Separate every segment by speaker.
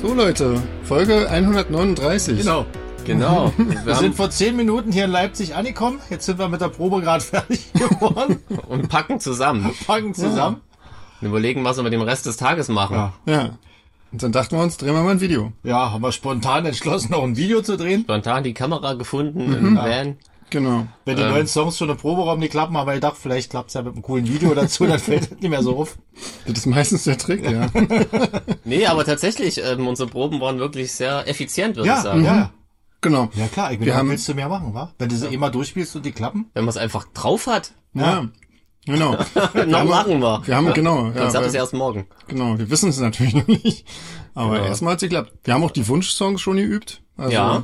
Speaker 1: So Leute, Folge 139.
Speaker 2: Genau.
Speaker 3: Genau.
Speaker 2: Wir
Speaker 3: Wir
Speaker 2: sind
Speaker 3: haben,
Speaker 2: vor zehn Minuten hier in Leipzig angekommen. Jetzt sind wir mit der Probe gerade fertig geworden.
Speaker 3: und packen zusammen.
Speaker 2: Packen zusammen.
Speaker 3: Und überlegen, was wir mit dem Rest des Tages machen.
Speaker 2: Ja.
Speaker 1: Ja. Und dann dachten wir uns, drehen wir mal ein Video.
Speaker 2: Ja, haben wir spontan entschlossen, noch ein Video zu drehen.
Speaker 3: Spontan die Kamera gefunden im Van.
Speaker 1: Genau.
Speaker 2: Wenn die neuen Songs schon im Proberaum nicht klappen, aber ich dachte, vielleicht klappt's ja mit einem coolen Video dazu, dann fällt das nicht mehr so auf.
Speaker 1: Das ist meistens der Trick, ja.
Speaker 3: Nee, aber tatsächlich, ähm, unsere Proben waren wirklich sehr effizient, würde ich
Speaker 2: Ja,
Speaker 3: sagen.
Speaker 2: ja.
Speaker 1: Genau.
Speaker 2: Ja klar, ich
Speaker 1: Wir
Speaker 2: meine,
Speaker 1: haben-
Speaker 2: willst du mehr machen, wa? Wenn du sie eh mal durchspielst und die klappen?
Speaker 3: Wenn man es einfach drauf hat,
Speaker 1: Ja. Genau.
Speaker 3: noch machen wir.
Speaker 1: Wir haben, genau. Ja,
Speaker 3: Konzert ist
Speaker 1: weil-
Speaker 3: erst morgen.
Speaker 1: genau. Wir wissen es natürlich noch nicht. Aber
Speaker 3: Ja.
Speaker 1: erstmal hat's geklappt. Wir haben auch die Wunschsongs schon geübt. Also,
Speaker 3: Ja.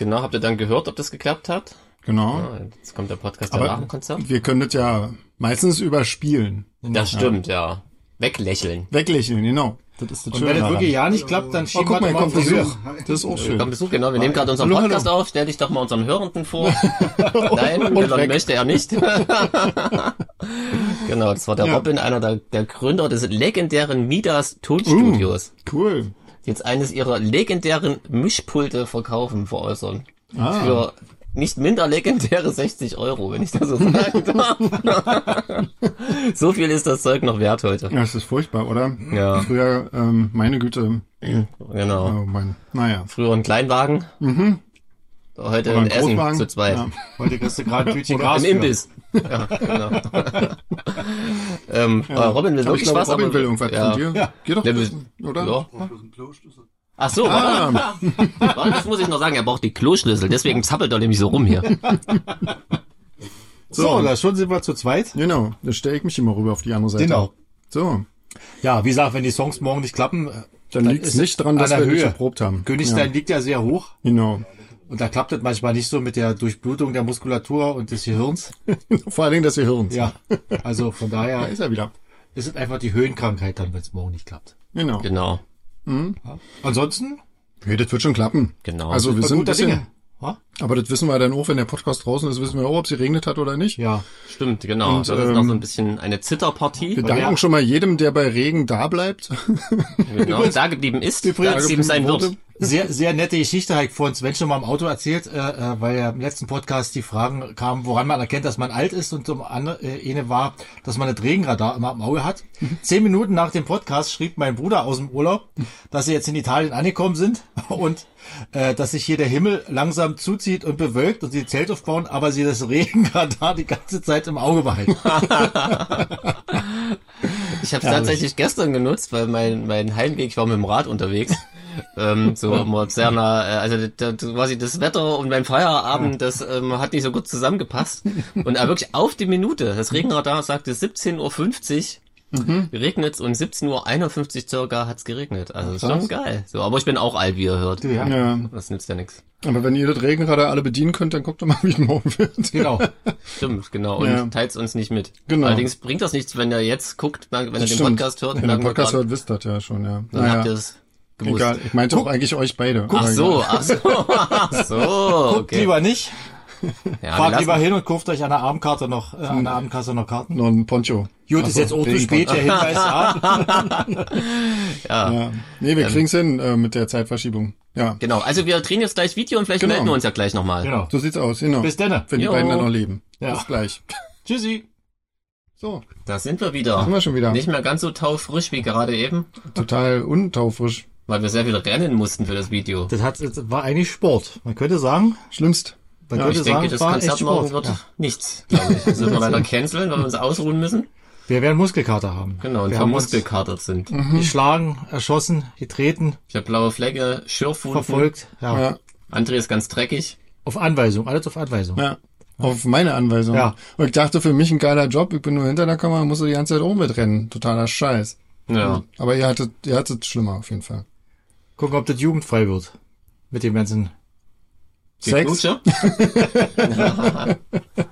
Speaker 3: Genau, habt ihr dann gehört, ob das geklappt hat?
Speaker 1: Genau.
Speaker 3: Ah, Jetzt kommt der Podcast
Speaker 1: Aber-
Speaker 3: ja nach dem Konzert.
Speaker 1: Wir können das ja meistens überspielen.
Speaker 3: Das stimmt, ja. Weglächeln.
Speaker 1: Weglächeln, genau. Das ist das
Speaker 2: Und wenn
Speaker 1: Schöne
Speaker 2: das wirklich
Speaker 1: daran.
Speaker 2: ja nicht klappt, dann
Speaker 1: Oh,
Speaker 2: schieben
Speaker 1: guck mal,
Speaker 2: wir das
Speaker 1: hier kommt
Speaker 2: mal auf
Speaker 1: Besuch.
Speaker 2: Versuch.
Speaker 1: Das ist auch
Speaker 3: Komm,
Speaker 1: schön.
Speaker 3: Besuch, genau. Wir nehmen gerade unseren
Speaker 1: Hallo,
Speaker 3: Podcast
Speaker 1: hallo.
Speaker 3: auf. Stell dich doch mal unserem Hörenden vor. Nein, Melon
Speaker 1: weg.
Speaker 3: möchte er nicht. genau, das war der
Speaker 1: Ja.
Speaker 3: Robin, einer der, der Gründer des legendären Midas
Speaker 1: Mm.
Speaker 3: Tonstudios.
Speaker 1: Cool.
Speaker 3: die Jetzt eines ihrer legendären Mischpulte verkaufen, veräußern.
Speaker 1: Ah.
Speaker 3: Für nicht minder legendäre 60 Euro, wenn ich das so sagen darf. so viel ist das Zeug noch wert heute.
Speaker 1: Ja, es ist furchtbar, oder?
Speaker 3: Ja.
Speaker 1: Früher, ähm, meine Güte.
Speaker 3: Genau.
Speaker 1: Oh Mann. Naja.
Speaker 3: Früher ein Kleinwagen. Heute
Speaker 1: Mhm. Oder
Speaker 3: ein
Speaker 1: ein
Speaker 3: Essen
Speaker 1: Großwagen.
Speaker 3: zu zweit.
Speaker 1: Ja.
Speaker 2: Heute kriegst du gerade ein Tütchen
Speaker 3: Im
Speaker 2: Gras. für.
Speaker 3: Imbiss. Ja, genau. ähm, aber Robin will
Speaker 1: Aber ich
Speaker 3: wirklich
Speaker 1: glaube,
Speaker 3: was.
Speaker 1: Robin
Speaker 3: aber,
Speaker 1: will irgendwas
Speaker 3: ja.
Speaker 1: von dir.
Speaker 2: Ja.
Speaker 1: Geh doch,
Speaker 3: Der
Speaker 1: essen,
Speaker 3: will,
Speaker 1: oder?
Speaker 3: Ja. Ach so, warte,
Speaker 1: Ah,
Speaker 3: warte, das muss ich noch sagen. Er braucht die Kloschlüssel. Deswegen zappelt er nämlich so rum hier.
Speaker 2: So, da schon sind wir zu zweit.
Speaker 1: genau. Da stelle ich mich immer rüber auf die andere Seite.
Speaker 2: Genau.
Speaker 1: So.
Speaker 2: Ja, wie gesagt, wenn die Songs morgen nicht klappen, äh,
Speaker 1: Dann liegt's
Speaker 2: ist
Speaker 1: nicht dran,
Speaker 2: an
Speaker 1: dass
Speaker 2: der
Speaker 1: wir nicht
Speaker 2: Höhe.
Speaker 1: erprobt haben.
Speaker 2: Königstein liegt ja sehr hoch
Speaker 1: Genau.
Speaker 2: und da klappt es manchmal nicht so mit der Durchblutung der Muskulatur und des Gehirns.
Speaker 1: Vor allen Dingen, dass ihr hören.
Speaker 2: Ja, also von
Speaker 1: Da
Speaker 2: daher
Speaker 1: ist er wieder.
Speaker 2: ist es einfach die Höhenkrankheit dann, wenn es morgen nicht klappt.
Speaker 1: Genau.
Speaker 3: Genau.
Speaker 2: Ansonsten,
Speaker 1: Nee, das wird schon klappen.
Speaker 3: Genau.
Speaker 1: Also wir
Speaker 2: war
Speaker 1: sind ein
Speaker 2: guter
Speaker 1: bisschen,
Speaker 2: Dinge. Ha?
Speaker 1: aber das wissen wir dann auch, wenn der Podcast draußen ist, wissen wir auch, ob es geregnet hat oder nicht.
Speaker 2: Ja,
Speaker 3: Stimmt, genau.
Speaker 1: Und,
Speaker 3: das ist noch
Speaker 1: ähm,
Speaker 3: so ein bisschen eine Zitterpartie.
Speaker 1: Wir danken
Speaker 2: Ja.
Speaker 1: schon mal jedem, der bei Regen da bleibt.
Speaker 3: Genau. Da geblieben ist, da geblieben sein wird.
Speaker 2: sehr, sehr nette Geschichte, habe ich vorhin Sven schon mal im Auto erzählt, äh, äh, weil ja im letzten Podcast die Fragen kamen, woran man erkennt, dass man alt ist und zum anderen äh, eine war, dass man das Regenradar immer im Auge hat.
Speaker 1: Mhm.
Speaker 2: Zehn Minuten nach dem Podcast schrieb mein Bruder aus dem Urlaub, dass sie jetzt in Italien angekommen sind und äh, dass sich hier der Himmel langsam zuzieht und bewölkt und sie ein Zelt aufbauen, aber sie das Regenradar die ganze Zeit im Auge behalten.
Speaker 3: Ich habe es tatsächlich gestern genutzt, weil mein, mein Heimweg, ich war mit dem Rad unterwegs. ähm, so am Mozerner, äh, also da, da- quasi das Wetter und mein Feierabend, das ähm, hat nicht so gut zusammengepasst. Und äh, wirklich auf die Minute, das Regenradar sagte 17.50 Uhr.
Speaker 1: Mhm.
Speaker 3: Regnet's und 17.51 Uhr circa hat's geregnet. Also ist schon geil. So, aber ich bin auch alt, wie ihr hört.
Speaker 2: Ja.
Speaker 1: Ja.
Speaker 3: Das nützt ja nichts.
Speaker 1: Aber wenn ihr das Regenradar alle bedienen könnt, dann guckt doch mal, wie es morgen wird.
Speaker 2: Genau.
Speaker 3: Stimmt, genau. Und
Speaker 1: Ja.
Speaker 3: teilt's uns nicht mit.
Speaker 1: Genau.
Speaker 3: Allerdings bringt das nichts, wenn ihr jetzt guckt, wenn ihr den
Speaker 1: Stimmt.
Speaker 3: Podcast hört. und
Speaker 1: Wenn ihr
Speaker 3: dann
Speaker 1: den Podcast
Speaker 3: dann
Speaker 1: hört, wisst ihr das ja schon, ja.
Speaker 3: habt ihr
Speaker 1: Naja,
Speaker 3: es gewusst.
Speaker 1: egal. Ich meinte auch eigentlich euch beide. Oh
Speaker 3: Ach
Speaker 1: Aber
Speaker 3: so, ach so, ach so. Okay.
Speaker 2: Lieber nicht.
Speaker 3: ja, wir
Speaker 2: Fahrt
Speaker 3: lassen-
Speaker 2: lieber hin und kauft euch an der Abendkarte noch, äh, an der Abendkasse noch Karten. Also,
Speaker 1: Noch ein Poncho.
Speaker 2: Gut, ist jetzt auch zu spät, der Hinweis. ja.
Speaker 1: Ja. Nee,
Speaker 3: Ähm.
Speaker 1: wir kriegen's hin äh, mit der Zeitverschiebung. Ja,
Speaker 3: Genau, also wir drehen jetzt gleich Video und vielleicht
Speaker 1: Genau.
Speaker 3: melden wir uns ja gleich nochmal.
Speaker 2: Genau.
Speaker 1: so sieht's aus, genau.
Speaker 2: Bis dann.
Speaker 1: Wenn
Speaker 3: Jo.
Speaker 1: die beiden dann noch leben.
Speaker 2: Ja.
Speaker 1: Bis gleich.
Speaker 2: Tschüssi.
Speaker 1: So,
Speaker 3: Da sind wir wieder.
Speaker 1: sind wir schon wieder.
Speaker 3: Nicht mehr ganz so taufrisch wie gerade eben,
Speaker 1: Total untaufrisch.
Speaker 3: weil wir sehr viel rennen mussten für das Video.
Speaker 2: Das, hat, das war eigentlich Sport. Man könnte sagen,
Speaker 1: Schlimmst.
Speaker 2: man
Speaker 1: Ja,
Speaker 2: könnte
Speaker 1: ich
Speaker 3: Ich
Speaker 2: sagen,
Speaker 3: denke, das
Speaker 2: es war echt
Speaker 3: Konzert morgen
Speaker 2: Sport.
Speaker 3: wird
Speaker 2: Ja.
Speaker 3: nichts, glaube ich. Das müssen wir leider canceln, weil wir uns ausruhen müssen.
Speaker 2: Wir werden Muskelkater haben.
Speaker 3: Genau, und
Speaker 2: wir
Speaker 3: wir
Speaker 2: haben uns Mhm.
Speaker 3: muskelkatert sind.
Speaker 2: geschlagen, erschossen, getreten,
Speaker 3: Ich habe blaue Flecke, Schürfwunden.
Speaker 2: verfolgt. Ja.
Speaker 1: Ja,
Speaker 3: André ist ganz dreckig.
Speaker 2: Auf Anweisung, alles auf Anweisung.
Speaker 1: ja. Auf meine Anweisung.
Speaker 2: Ja.
Speaker 1: Und ich dachte, für mich ein geiler Job. Ich bin nur hinter der Kamera, musste die ganze Zeit oben mitrennen. Totaler Scheiß.
Speaker 3: Ja.
Speaker 1: Aber ihr hattet, ihr hattet schlimmer auf jeden Fall.
Speaker 2: Gucken, ob das jugendfrei wird. Mit dem ganzen.
Speaker 3: Die
Speaker 1: Sex?
Speaker 3: Knutsche?
Speaker 1: ja.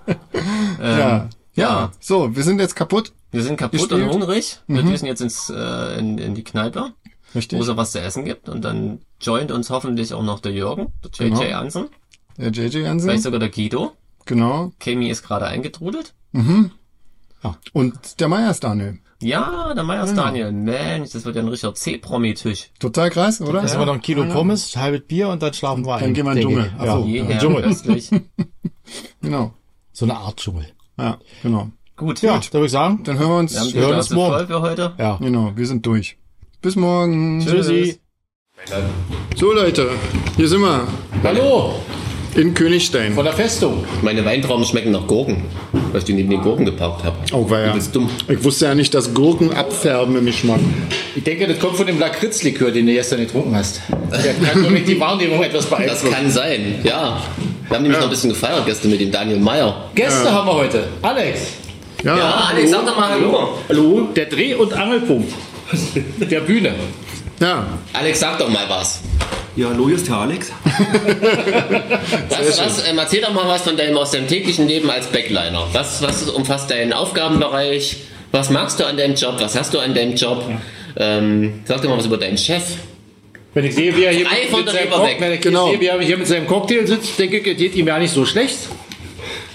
Speaker 3: Ähm, Ja.
Speaker 1: So, wir sind jetzt kaputt.
Speaker 3: Wir sind kaputt
Speaker 1: Gespielt?
Speaker 3: und hungrig. Wir
Speaker 4: Mhm.
Speaker 3: düsen jetzt ins, äh, in, in die Kneipe.
Speaker 1: Richtig.
Speaker 3: wo es auch was zu essen gibt. Und dann joint uns hoffentlich auch noch der Jürgen, der JJ
Speaker 1: Genau.
Speaker 3: Anson,
Speaker 1: Der JJ Jansen.
Speaker 4: Mhm.
Speaker 3: vielleicht sogar der Guido.
Speaker 1: Genau.
Speaker 3: Kemi ist gerade eingetrudelt.
Speaker 1: Und der Meyers Daniel.
Speaker 3: Ja, der Meyers
Speaker 4: Genau.
Speaker 3: Daniel. Mensch, das wird ja ein richtiger C-Promi-Tisch.
Speaker 1: Total krass, oder?
Speaker 4: Essen wir noch ein Kilo Pommes, halbes Bier und dann schlafen wir ein.
Speaker 1: Dann gehen wir in den
Speaker 4: denke
Speaker 1: Dschungel.
Speaker 4: ich.
Speaker 1: Ach so,
Speaker 4: Ja.
Speaker 3: Jeher,
Speaker 4: Dschungel.
Speaker 3: köstlich.
Speaker 1: Genau.
Speaker 4: So eine Art Dschungel.
Speaker 1: Ja, genau.
Speaker 3: Gut,
Speaker 4: Ja,
Speaker 3: gut.
Speaker 4: da würde ich sagen,
Speaker 1: Dann hören wir uns.
Speaker 3: Wir haben die
Speaker 4: hören uns
Speaker 3: Nase
Speaker 4: morgen.
Speaker 3: voll für heute.
Speaker 4: ja.
Speaker 1: Genau, wir sind durch. Bis morgen.
Speaker 4: Tschüssi.
Speaker 1: So Leute, hier sind wir
Speaker 4: Hallo,
Speaker 1: in Königstein.
Speaker 4: von der Festung.
Speaker 3: Meine Weintrauben schmecken nach Gurken, weil ich die neben den Gurken geparkt habe.
Speaker 1: Oh, war ja.
Speaker 3: Du bist dumm.
Speaker 1: Ich wusste ja nicht, dass Gurken abfärben im Geschmack.
Speaker 4: Ich denke, das kommt von dem Lakritzlikör, den du gestern getrunken hast. Der kann wirklich die Wahrnehmung etwas
Speaker 3: Das kann sein, ja. Wir haben nämlich noch ein bisschen gefeiert gestern mit dem Daniel Meyer.
Speaker 4: Gäste haben wir heute. Alex,
Speaker 1: Ja,
Speaker 3: Ja, Ah, Alex, sag doch mal Hallo.
Speaker 4: Hallo. der Dreh- und Angelpunkt der Bühne.
Speaker 1: ja.
Speaker 3: Alex, sag doch mal was.
Speaker 5: Ja, hallo, hier ist der Alex.
Speaker 3: Was, was, ähm, erzähl doch mal was von deinem aus deinem täglichen Leben als Backliner. Was, was umfasst deinen Aufgabenbereich? Was magst du an deinem Job? Was hast du an deinem Job? Ähm, sag doch mal was über deinen Chef.
Speaker 4: Wenn ich sehe, wie er hier
Speaker 3: Frei
Speaker 4: mit,
Speaker 3: von
Speaker 4: mit
Speaker 3: der
Speaker 4: seinem
Speaker 3: Leber
Speaker 4: Cock-
Speaker 3: weg.
Speaker 4: wenn ich
Speaker 1: Genau.
Speaker 4: sehe, wie er hier mit seinem Cocktail sitzt, denke ich, geht ihm ja nicht so schlecht.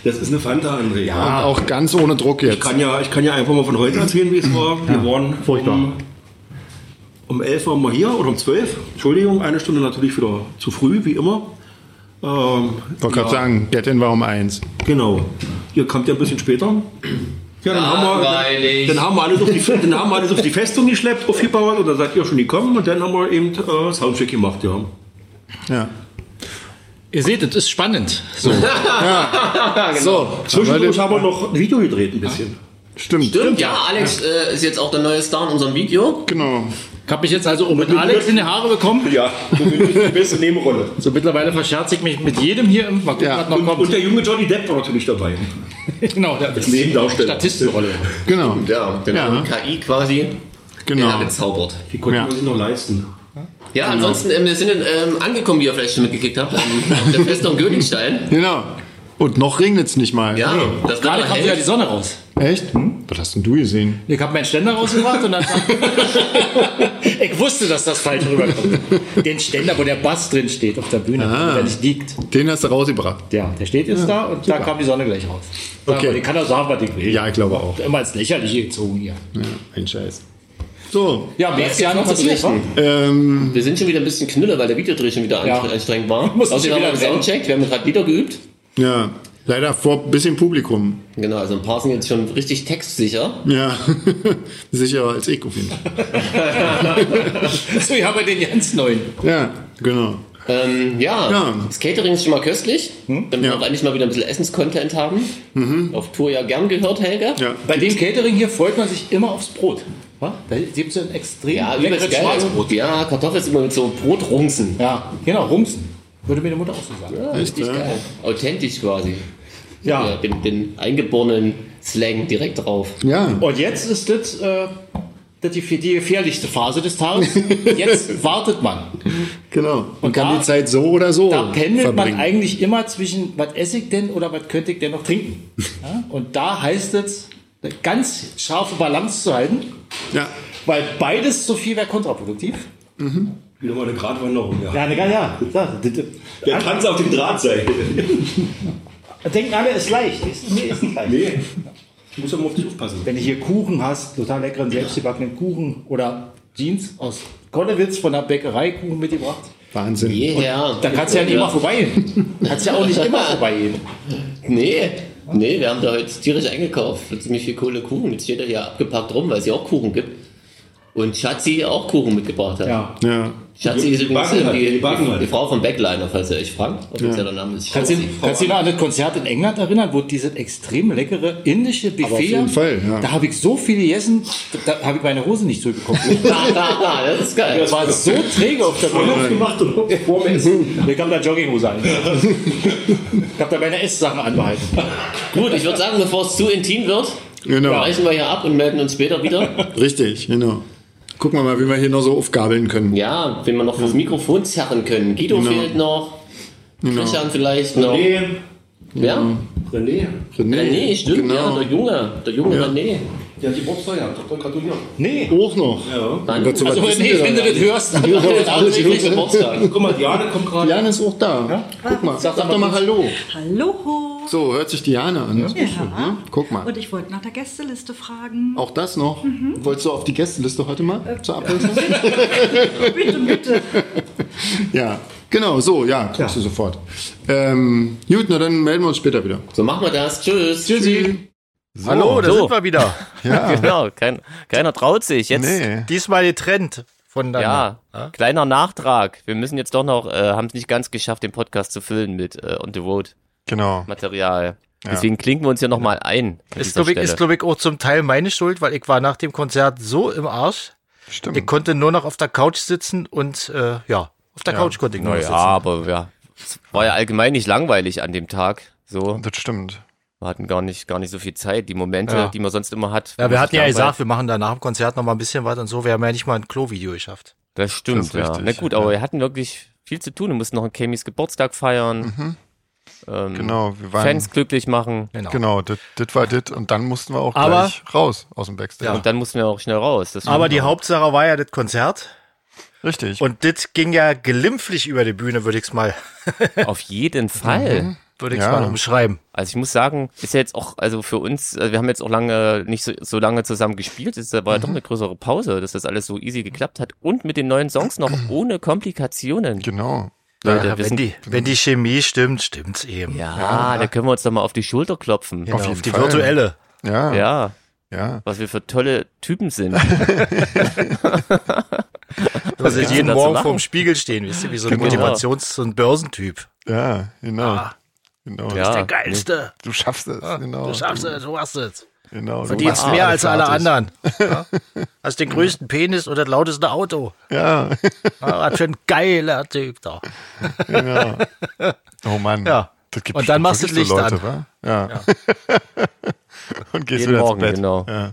Speaker 5: Das ist eine Fanta, André. Ja.
Speaker 1: Und auch ganz ohne Druck
Speaker 5: Ich
Speaker 1: jetzt.
Speaker 5: kann ja, ich kann ja einfach mal von heute erzählen, wie es war. Wir waren furchtbar. Um, um 11 waren wir hier oder um 12. Entschuldigung, eine Stunde natürlich wieder zu früh, wie immer. Ähm,
Speaker 1: Wollte gerade sagen, Get in war um eins.
Speaker 5: genau. Ihr kommt ja ein bisschen später. Ja, dann haben, wir,
Speaker 3: Langweilig.
Speaker 5: dann, haben wir alles auf die, dann haben wir alles auf die Festung geschleppt, aufgebaut und da seid ihr schon gekommen und dann haben wir eben äh, Soundcheck gemacht, ja.
Speaker 1: Ja.
Speaker 3: Genau.
Speaker 4: Ihr seht, es ist spannend. So.
Speaker 1: So,
Speaker 5: Zwischendurch
Speaker 1: Leute,
Speaker 5: haben wir noch ein Video gedreht ein bisschen.
Speaker 1: stimmt.
Speaker 3: Stimmt, ja, Alex äh, ist jetzt auch der neue Star in unserem Video.
Speaker 1: Genau.
Speaker 4: Ich habe mich jetzt also um mit Alex in die Haare bekommen.
Speaker 5: Ja, die beste Nebenrolle.
Speaker 4: So mittlerweile verscherze ich mich mit jedem hier. im- Mal gucken,
Speaker 1: Ja.
Speaker 4: was noch
Speaker 5: Und,
Speaker 4: kommt.
Speaker 5: und der junge Johnny Depp war natürlich dabei.
Speaker 4: genau, der ist
Speaker 5: Nebendarsteller.
Speaker 4: Statistenrolle.
Speaker 1: Genau.
Speaker 3: Ja, genau.
Speaker 1: Ja.
Speaker 3: KI quasi. Ja,
Speaker 1: Genau.
Speaker 3: gezaubert.
Speaker 5: Die konnten
Speaker 1: Ja.
Speaker 5: wir sich noch leisten.
Speaker 3: Ja, ansonsten, ähm, wir sind ähm, angekommen, wie ihr vielleicht schon mitgekriegt habt, ähm, auf der Festung Königstein.
Speaker 1: Genau. Und noch regnet's nicht mal.
Speaker 3: Ja, das
Speaker 4: Gerade
Speaker 3: Wetter
Speaker 4: kommt ja die
Speaker 3: hält.
Speaker 4: Sonne raus.
Speaker 1: Echt? Was hast denn du gesehen?
Speaker 4: Ich habe meinen Ständer rausgebracht und dann. ich wusste, dass das falsch rüberkommt. Den Ständer, wo der Bass drin steht auf der Bühne,
Speaker 1: Ah.
Speaker 4: der nicht liegt.
Speaker 1: Den hast du rausgebracht.
Speaker 4: Ja, der steht jetzt da und da kam die Sonne gleich raus.
Speaker 1: Okay.
Speaker 4: Aber ich kann auch sagen, was ich will.
Speaker 1: Ja, ich glaube auch.
Speaker 4: Immer als Lächerliche gezogen hier.
Speaker 1: Ja, ein Scheiß. So,
Speaker 4: Ja, mehr ist ja noch
Speaker 3: Was
Speaker 4: passiert.
Speaker 3: berichten?
Speaker 1: ähm,
Speaker 3: Wir sind schon wieder ein bisschen knüller, weil der Videodreh schon wieder
Speaker 4: Ja.
Speaker 3: anstrengend war.
Speaker 4: Muss
Speaker 3: Außerdem
Speaker 4: schon
Speaker 3: haben wir
Speaker 4: wieder
Speaker 3: einen Soundcheck, wir haben gerade wieder geübt.
Speaker 1: ja, leider vor bisschen Publikum.
Speaker 3: Genau, also ein paar sind jetzt schon richtig textsicher.
Speaker 1: Ja, sicherer als ich auf jeden Fall.
Speaker 4: wa? So, ich habe den ganz neuen.
Speaker 1: Ja, genau.
Speaker 3: Ähm, ja,
Speaker 1: Ja.
Speaker 3: das Catering ist schon mal köstlich,
Speaker 4: Hm?
Speaker 3: damit wir
Speaker 1: Ja.
Speaker 3: auch endlich mal wieder ein bisschen Essenscontent haben.
Speaker 4: Mhm.
Speaker 3: Auf Tour ja gern gehört, Helge.
Speaker 1: Ja,
Speaker 4: Bei dem Catering hier freut man sich immer aufs Brot. wa? Da gibt es ein extrem
Speaker 3: Ja,
Speaker 4: leckeres
Speaker 3: übelst geil.
Speaker 4: Schwarzbrot.
Speaker 3: Ja, Kartoffeln ist immer mit so Brotrunzen.
Speaker 4: Ja, genau, Rumsen. Würde mir die Mutter auch so sagen.
Speaker 3: Ja, richtig
Speaker 1: ja.
Speaker 3: geil. Authentisch quasi.
Speaker 4: Ja.
Speaker 3: Ja, den, den eingeborenen Slang direkt drauf.
Speaker 1: ja.
Speaker 4: Und jetzt ist das, äh, das die, die gefährlichste Phase des Tages. Jetzt wartet man.
Speaker 1: Genau. Und kann
Speaker 4: da-
Speaker 1: die Zeit so oder so
Speaker 4: Da pendelt
Speaker 1: verbringen.
Speaker 4: man eigentlich immer zwischen, was esse ich denn oder was könnte ich denn noch trinken. Ja? Und da heißt es, eine ganz scharfe Balance zu halten,
Speaker 1: Ja,
Speaker 4: weil beides zu viel wäre kontraproduktiv.
Speaker 5: Wieder mal eine Gratwanderung, ja.
Speaker 4: Ja, ne, ja. ja.
Speaker 5: Der Tanz auf dem Draht sein.
Speaker 4: Denken alle, ist leicht. Ist, nee, ist nicht leicht.
Speaker 5: Nee. Ich muss ja mal auf dich aufpassen.
Speaker 4: Wenn du hier Kuchen hast, total leckeren, selbstgebackenen Kuchen oder Jeans aus Konnewitz von der Bäckerei Kuchen mitgebracht.
Speaker 1: Wahnsinn.
Speaker 3: Jeher.
Speaker 4: Da kannst du ja nicht immer vorbeigehen. Kannst ja auch nicht immer vorbeigehen.
Speaker 3: Nee, nee, wir haben da heute tierisch eingekauft für ziemlich viel coole Kuchen. Jetzt steht er hier abgepackt rum, weil es hier auch Kuchen gibt. Und Schatzi auch Kuchen mitgebracht hat.
Speaker 4: Ja.
Speaker 1: Ja.
Speaker 3: Schatzi ist übrigens
Speaker 5: Backen hat,
Speaker 3: die,
Speaker 5: die backen
Speaker 3: die,
Speaker 5: hat.
Speaker 3: die Frau vom Backliner, falls ihr euch fragt. Offizieller Name ist
Speaker 4: Kannst du
Speaker 3: Schatzi.
Speaker 4: kannst du dich noch an das Konzert in England erinnern, wo dieses extrem leckere indische Buffet.
Speaker 1: auf jeden Fall, ja.
Speaker 4: Da habe ich so viel gegessen, da, da habe ich meine Hose nicht zurückbekommen.
Speaker 3: das ist geil.
Speaker 4: Das war so träge auf der Bühne.
Speaker 5: gemacht und vor dem Essen.
Speaker 4: Ich habe da Jogginghose an. Ich habe da meine Esssachen anbehalten.
Speaker 3: Gut, ich würde sagen, bevor es zu intim wird,
Speaker 1: Genau.
Speaker 3: reichen wir hier ab und melden uns später wieder.
Speaker 1: Richtig, genau. Gucken wir mal, wie wir hier noch so aufgabeln können.
Speaker 3: Ja, wenn wir noch das Mikrofon zerren können. Guido
Speaker 4: Genau.
Speaker 3: fehlt noch. Christian vielleicht noch.
Speaker 5: René.
Speaker 3: Ja?
Speaker 5: René.
Speaker 1: René,
Speaker 3: René, stimmt, ja,
Speaker 1: genau.
Speaker 3: der Junge, der junge René.
Speaker 5: Der hat Geburtstag gehabt. Doch, doch, gratulieren.
Speaker 4: Nee.
Speaker 1: Auch noch.
Speaker 5: Ja.
Speaker 3: Dann,
Speaker 1: Gott, so
Speaker 4: Also,
Speaker 1: was wissen
Speaker 4: nee,
Speaker 1: wir
Speaker 4: wenn
Speaker 1: da
Speaker 4: du das hörst, dann
Speaker 1: Ja,
Speaker 4: ist
Speaker 1: alles
Speaker 4: alles
Speaker 3: Nachträglich
Speaker 1: gut.
Speaker 3: Geburtstag.
Speaker 5: Guck mal, Diane kommt gerade.
Speaker 1: Jan ist auch da. Guck mal, sag doch mal Hallo.
Speaker 6: Hallo.
Speaker 7: So, hört sich Diana an.
Speaker 8: Ja.
Speaker 7: ne? Guck mal.
Speaker 8: Und Mhm. ich wollte nach der Gästeliste fragen.
Speaker 7: Auch das noch. Wolltest du auf die Gästeliste heute mal zur Abwechslung?
Speaker 8: Äh, Bitte, bitte.
Speaker 7: ja, genau, so, ja, kriegst du sofort. Ähm, gut, na dann melden wir uns später wieder.
Speaker 9: So machen wir das. Tschüss.
Speaker 7: Tschüssi.
Speaker 4: Hallo, da
Speaker 3: so.
Speaker 4: sind wir wieder.
Speaker 7: Ja,
Speaker 3: Genau, kein, keiner traut sich. Jetzt,
Speaker 7: nee.
Speaker 4: Diesmal getrennt voneinander.
Speaker 3: ja, kleiner Nachtrag. Wir müssen jetzt doch noch, äh, haben es nicht ganz geschafft, den Podcast zu füllen mit äh, On the Road
Speaker 7: Genau.
Speaker 3: Material. Deswegen klinken wir uns ja nochmal ein. an
Speaker 4: Ist,
Speaker 3: dieser
Speaker 4: glaube ich, ist,
Speaker 3: Stelle.
Speaker 4: glaub ich, auch zum Teil meine Schuld, weil ich war nach dem Konzert so im Arsch.
Speaker 3: Mhm.
Speaker 4: Ich
Speaker 7: Stimmt.
Speaker 4: konnte nur noch auf der Couch sitzen und äh, ja, auf der Couch konnte ich nur noch
Speaker 3: Naja,
Speaker 4: sitzen.
Speaker 3: aber ja, es war ja allgemein nicht langweilig an dem Tag. So,
Speaker 7: Das stimmt.
Speaker 3: wir hatten gar nicht, gar nicht so viel Zeit. Die Momente,
Speaker 4: Ja.
Speaker 3: die man sonst immer hat.
Speaker 4: Ja,
Speaker 3: wo
Speaker 4: wir
Speaker 3: man
Speaker 4: hatten
Speaker 3: sich
Speaker 4: ja
Speaker 3: langweilt.
Speaker 4: gesagt, wir machen danach im Konzert noch mal ein bisschen was und so. Wir haben ja nicht mal ein Klo-Video geschafft.
Speaker 3: Das
Speaker 7: Das
Speaker 3: stimmt,
Speaker 7: ist
Speaker 3: ja.
Speaker 7: richtig,
Speaker 3: Na gut,
Speaker 7: ja.
Speaker 3: aber wir hatten wirklich viel zu tun. Wir mussten noch einen Kemis Geburtstag feiern.
Speaker 7: Mhm.
Speaker 3: Ähm,
Speaker 1: Genau, wir waren.
Speaker 3: Fans glücklich machen.
Speaker 1: Genau, das das war das. Und dann mussten wir auch
Speaker 4: Aber-
Speaker 1: gleich raus aus dem Backstage.
Speaker 3: Und dann mussten wir auch schnell raus. Das
Speaker 4: Aber
Speaker 3: stimmt
Speaker 4: die
Speaker 3: auch.
Speaker 4: Hauptsache war ja das Konzert.
Speaker 1: Richtig.
Speaker 4: Und das ging ja glimpflich über die Bühne, würde ich es mal,
Speaker 3: Auf jeden Fall.
Speaker 4: würde ich's
Speaker 1: Ja.
Speaker 4: mal umschreiben.
Speaker 3: Also ich muss sagen, ist ja jetzt auch, also für uns, äh, wir haben jetzt auch lange nicht so, so lange zusammen gespielt, es war
Speaker 4: Mhm.
Speaker 3: doch eine größere Pause, dass das alles so easy geklappt hat und mit den neuen Songs noch
Speaker 4: Mhm.
Speaker 3: ohne Komplikationen.
Speaker 1: genau.
Speaker 3: Leute,
Speaker 4: Ja,
Speaker 3: wir
Speaker 4: wenn,
Speaker 3: sind,
Speaker 4: die, wenn die Chemie stimmt, stimmt's eben.
Speaker 3: ja, da können wir uns doch mal auf die Schulter klopfen.
Speaker 4: Genau,
Speaker 1: Auf jeden
Speaker 4: auf die
Speaker 1: Fall.
Speaker 4: virtuelle.
Speaker 1: Ja, ja.
Speaker 3: Ja, was wir für tolle Typen sind.
Speaker 4: Also
Speaker 3: gibt's denn
Speaker 4: jeden
Speaker 3: da zu
Speaker 4: Morgen
Speaker 3: lachen?
Speaker 4: vorm Spiegel stehen, wisst ihr, wie so ein Motivations- und Börsentyp.
Speaker 1: Ja, genau. genau.
Speaker 3: Ja.
Speaker 4: Der Geilste,
Speaker 1: Du schaffst es, genau.
Speaker 4: du schaffst es, du hast es.
Speaker 1: Genau. Du
Speaker 4: Verdienst
Speaker 3: Ah,
Speaker 1: machst
Speaker 4: mehr
Speaker 1: alle
Speaker 4: als alle
Speaker 1: fertig.
Speaker 4: anderen. Ja? Hast den größten Penis und das lauteste Auto.
Speaker 1: Ja,
Speaker 4: Ja, Was für ein geiler Typ da.
Speaker 1: genau. Oh Mann.
Speaker 4: Ja.
Speaker 1: Das gibt
Speaker 4: Und dann
Speaker 1: bestimmt
Speaker 4: machst du
Speaker 1: wirklich
Speaker 4: das Licht
Speaker 1: Leute, wa? Ja. Und gehst
Speaker 3: Jeden
Speaker 1: wieder
Speaker 3: Morgen,
Speaker 1: ins Bett.
Speaker 3: genau.
Speaker 1: Ja.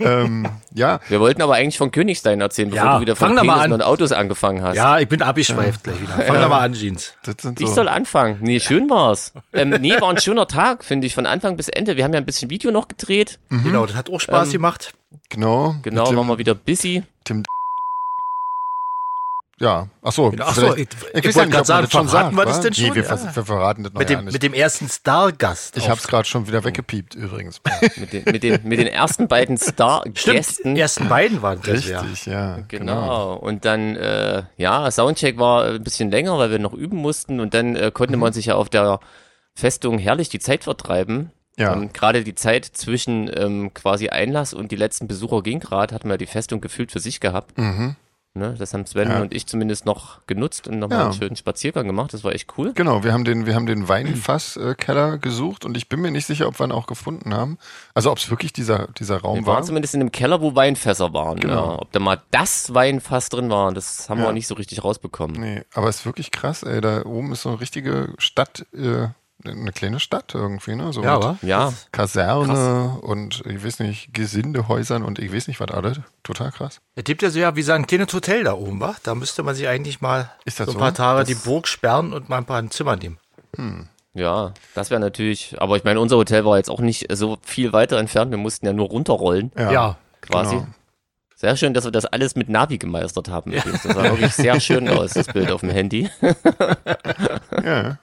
Speaker 1: ähm, ja,
Speaker 3: Wir wollten aber eigentlich von Königstein erzählen, bevor
Speaker 4: Ja,
Speaker 3: du wieder von
Speaker 4: fang doch mal
Speaker 3: Penissen
Speaker 4: an.
Speaker 3: und Autos angefangen hast.
Speaker 4: Ja, ich bin abgeschweift gleich wieder. Fang doch mal an, Jeans.
Speaker 1: das sind so.
Speaker 3: Ich soll anfangen. Nee, schön war's. Ähm, nee, war ein schöner Tag, finde ich, von Anfang bis Ende. Wir haben ja ein bisschen Video noch gedreht.
Speaker 4: Genau, das hat auch
Speaker 3: Ähm,
Speaker 4: Spaß gemacht.
Speaker 1: genau.
Speaker 3: Genau,
Speaker 1: Mit dem,
Speaker 3: waren wir wieder busy.
Speaker 1: ja. Achso.
Speaker 4: Genau, Ach so, ich- ich wollte grad sagen, verraten wir das denn schon?
Speaker 1: Nee, wir,
Speaker 4: Ja.
Speaker 1: ver wir verraten das noch
Speaker 4: Mit
Speaker 1: ja
Speaker 4: dem,
Speaker 1: nicht.
Speaker 4: mit dem ersten Stargast.
Speaker 1: Ich
Speaker 4: auf- Oh.
Speaker 1: hab's gerade schon wieder weggepiept übrigens.
Speaker 3: Mit den, mit den, mit den ersten beiden
Speaker 4: Stimmt,
Speaker 3: Star-Gästen.
Speaker 4: die ersten beiden waren das, ja.
Speaker 1: Richtig, ja.
Speaker 3: Genau. Und dann, äh, ja, Soundcheck war ein bisschen länger, weil wir noch üben mussten. Und dann äh,
Speaker 1: Mhm.
Speaker 3: konnte man sich ja auf der Festung herrlich die Zeit vertreiben.
Speaker 1: Ja.
Speaker 3: Ähm, gerade die Zeit zwischen ähm, quasi Einlass und die letzten Besucher ging gerade, hat man ja die Festung gefühlt für sich gehabt. Ne, das haben Sven
Speaker 1: Mhm. Ja.
Speaker 3: und ich zumindest noch genutzt und nochmal
Speaker 1: Ja.
Speaker 3: einen schönen Spaziergang gemacht. Das war echt cool.
Speaker 1: Genau, wir haben den, wir haben den Weinfasskeller gesucht und ich bin mir nicht sicher, ob wir ihn auch gefunden haben. Also ob es wirklich dieser, dieser Raum
Speaker 3: Wir
Speaker 1: Genau, war.
Speaker 3: waren zumindest in einem Keller, wo Weinfässer waren.
Speaker 1: Genau.
Speaker 3: Ja. Ob da mal das Weinfass drin war, das haben
Speaker 1: Ja.
Speaker 3: wir nicht so richtig rausbekommen.
Speaker 1: Nee, aber es ist wirklich krass, ey. Da oben ist so eine richtige Stadt, äh, eine kleine Stadt irgendwie, ne? So
Speaker 4: Ja,
Speaker 1: mit
Speaker 4: wa?
Speaker 3: Ja,
Speaker 1: Kaserne und ich weiß nicht, Gesindehäusern und ich weiß nicht, was alles. Total krass.
Speaker 4: Es gibt ja so ja wie so ein kleines Hotel da oben, wa? Da müsste man sich eigentlich mal
Speaker 1: Ist das
Speaker 4: so ein
Speaker 1: so?
Speaker 4: paar Tage die Burg sperren und mal ein paar ein Zimmer nehmen.
Speaker 3: ja, das wäre natürlich, aber ich meine, unser Hotel war jetzt auch nicht äh, so viel weiter entfernt. Wir mussten ja nur runterrollen,
Speaker 4: Ja.
Speaker 3: quasi.
Speaker 1: genau.
Speaker 3: Sehr schön, dass wir das alles mit Navi gemeistert haben. übrigens. Das sah wirklich sehr schön aus, das Bild auf dem Handy.
Speaker 1: Ja,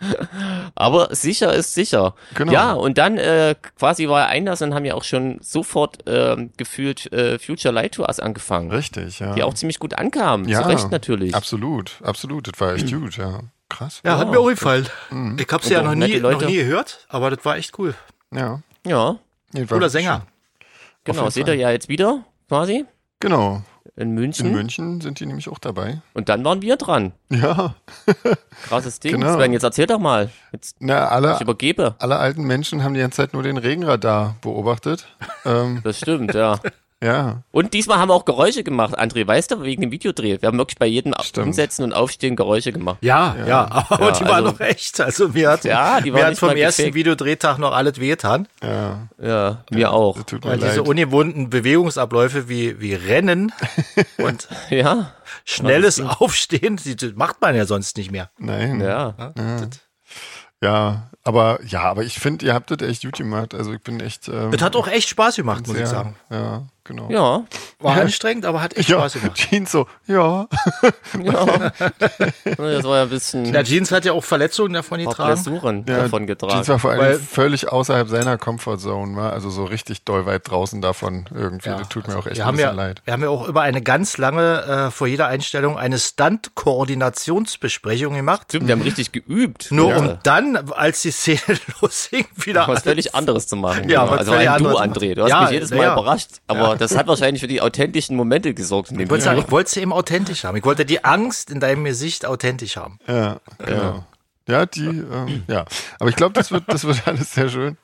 Speaker 3: Aber sicher ist sicher.
Speaker 1: Genau.
Speaker 3: Ja, und dann äh, quasi war Einlass und haben ja auch schon sofort ähm, gefühlt äh, Future Light to Us angefangen.
Speaker 1: richtig, ja.
Speaker 3: Die auch ziemlich gut ankamen. Zu Recht natürlich.
Speaker 1: Absolut, absolut. Das war echt gut, ja. Krass.
Speaker 4: Ja, hat mir auch gefallen. Ich hab's ja
Speaker 3: Mhm. Und auch
Speaker 4: noch nie,
Speaker 3: nette Leute.
Speaker 4: noch nie gehört, aber das war echt cool.
Speaker 1: ja.
Speaker 3: Ja,
Speaker 1: Jedenfalls
Speaker 4: Cooler Sänger.
Speaker 3: genau.
Speaker 1: jeden
Speaker 3: Seht ihr
Speaker 1: Fall.
Speaker 3: ja jetzt wieder, quasi,
Speaker 1: Genau.
Speaker 3: in München.
Speaker 1: In München sind die nämlich auch dabei.
Speaker 3: Und dann waren wir dran.
Speaker 1: Ja.
Speaker 3: Krasses Ding.
Speaker 1: Genau. Ah.
Speaker 3: Sven, jetzt erzähl doch mal. Jetzt
Speaker 1: Na,
Speaker 3: ich
Speaker 1: alle,
Speaker 3: übergebe.
Speaker 1: alle alten Menschen haben die ganze Zeit nur den Regenradar beobachtet. ähm,
Speaker 3: Das stimmt, ja.
Speaker 1: ja,
Speaker 3: Und diesmal haben wir auch Geräusche gemacht, André. Weißt du, wegen dem Videodreh. Wir haben wirklich bei jedem
Speaker 1: Stimmt.
Speaker 3: Umsetzen und Aufstehen Geräusche gemacht.
Speaker 4: Ja, ja, aber
Speaker 3: Ja,
Speaker 4: die waren
Speaker 3: also-
Speaker 4: noch echt. Also mir hat,
Speaker 3: Ja, die waren
Speaker 4: mir hat
Speaker 3: nicht
Speaker 4: vom
Speaker 3: mal
Speaker 4: ersten
Speaker 3: gefaked.
Speaker 4: Videodrehtag noch alles wehgetan.
Speaker 1: ja.
Speaker 3: Ja, mir auch.
Speaker 1: Das tut mir
Speaker 4: Weil
Speaker 1: leid.
Speaker 4: diese ungewohnten Bewegungsabläufe wie, wie Rennen und
Speaker 3: Ja,
Speaker 4: schnelles Aufstehen, die- das macht man ja sonst nicht mehr.
Speaker 1: Nein. Ja.
Speaker 3: ja.
Speaker 1: aber ja, aber ich finde, ihr habt das echt gut gemacht. Also ich bin echt. Ähm,
Speaker 4: Das hat auch echt Spaß gemacht, muss
Speaker 1: sehr,
Speaker 4: ich sagen.
Speaker 1: Ja, genau.
Speaker 3: Ja,
Speaker 2: War anstrengend, aber hat echt
Speaker 1: Ja,
Speaker 2: Spaß gemacht.
Speaker 1: Jeans so, ja.
Speaker 3: ja. Das war ja ein bisschen
Speaker 2: Der Jeans hat ja auch Verletzungen davon
Speaker 3: paar
Speaker 2: getragen.
Speaker 3: Blessuren
Speaker 1: Ja,
Speaker 3: davon
Speaker 1: Jeans war
Speaker 3: getragen.
Speaker 1: vor allem
Speaker 2: Weil-
Speaker 1: völlig außerhalb seiner Comfortzone, war also so richtig doll weit draußen davon irgendwie.
Speaker 2: Ja,
Speaker 1: das tut mir
Speaker 2: also
Speaker 1: auch echt
Speaker 2: wir
Speaker 1: ein
Speaker 2: haben
Speaker 1: bisschen
Speaker 2: ja,
Speaker 1: leid.
Speaker 2: Wir haben ja auch immer eine ganz lange, äh, vor jeder Einstellung, eine Stunt-Koordinationsbesprechung gemacht.
Speaker 3: Stimmt, die haben richtig geübt.
Speaker 2: Nur
Speaker 3: Ja.
Speaker 2: um dann, als die Szene losging, wieder
Speaker 3: was völlig anderes zu machen.
Speaker 2: Ja, was
Speaker 3: also
Speaker 2: völlig
Speaker 3: ein Du,
Speaker 2: anderes.
Speaker 3: André. Du hast
Speaker 2: Ja,
Speaker 3: mich jedes Mal
Speaker 2: ja.
Speaker 3: überrascht, aber das hat wahrscheinlich für die authentischen Momente gesorgt. In dem
Speaker 2: Ich wollte
Speaker 3: Video.
Speaker 2: sagen, ich wollte sie eben authentisch haben. Ich wollte die Angst in deinem Gesicht authentisch haben.
Speaker 1: Ja, genau. Ja, die, ähm, ja. Aber ich glaube, das wird, das wird alles sehr schön.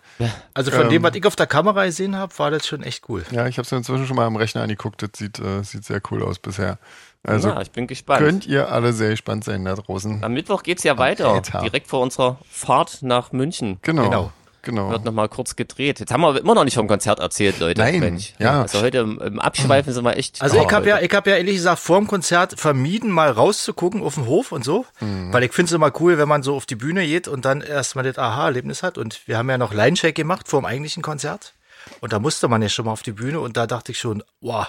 Speaker 2: Also
Speaker 3: Ähm.
Speaker 2: von dem, was ich auf der Kamera gesehen habe, war das schon echt cool.
Speaker 1: Ja, ich habe es mir inzwischen schon mal am Rechner angeguckt. Das sieht, äh, sieht sehr cool aus bisher. Also
Speaker 3: ja, ich bin gespannt.
Speaker 1: könnt ihr alle sehr gespannt sein da draußen.
Speaker 3: Am Mittwoch geht's ja weiter,
Speaker 1: Freitag.
Speaker 3: direkt vor unserer Fahrt nach München.
Speaker 1: Genau.
Speaker 2: Genau.
Speaker 1: Genau.
Speaker 3: Wird nochmal kurz gedreht. Jetzt haben wir immer noch nicht vom Konzert erzählt, Leute.
Speaker 1: Nein,
Speaker 3: Mensch.
Speaker 1: ja.
Speaker 3: Also heute im, im Abschweifen sind wir echt.
Speaker 2: Also ich habe ja,
Speaker 3: Leute.
Speaker 2: ich hab ja ehrlich gesagt vor dem Konzert vermieden, mal rauszugucken auf den Hof und so, weil ich finde es immer cool, wenn man so auf die Bühne geht und dann erstmal das Aha-Erlebnis hat. Und wir haben ja noch Line-Check gemacht vor dem eigentlichen Konzert und da musste man ja schon mal auf die Bühne und da dachte ich schon, wow,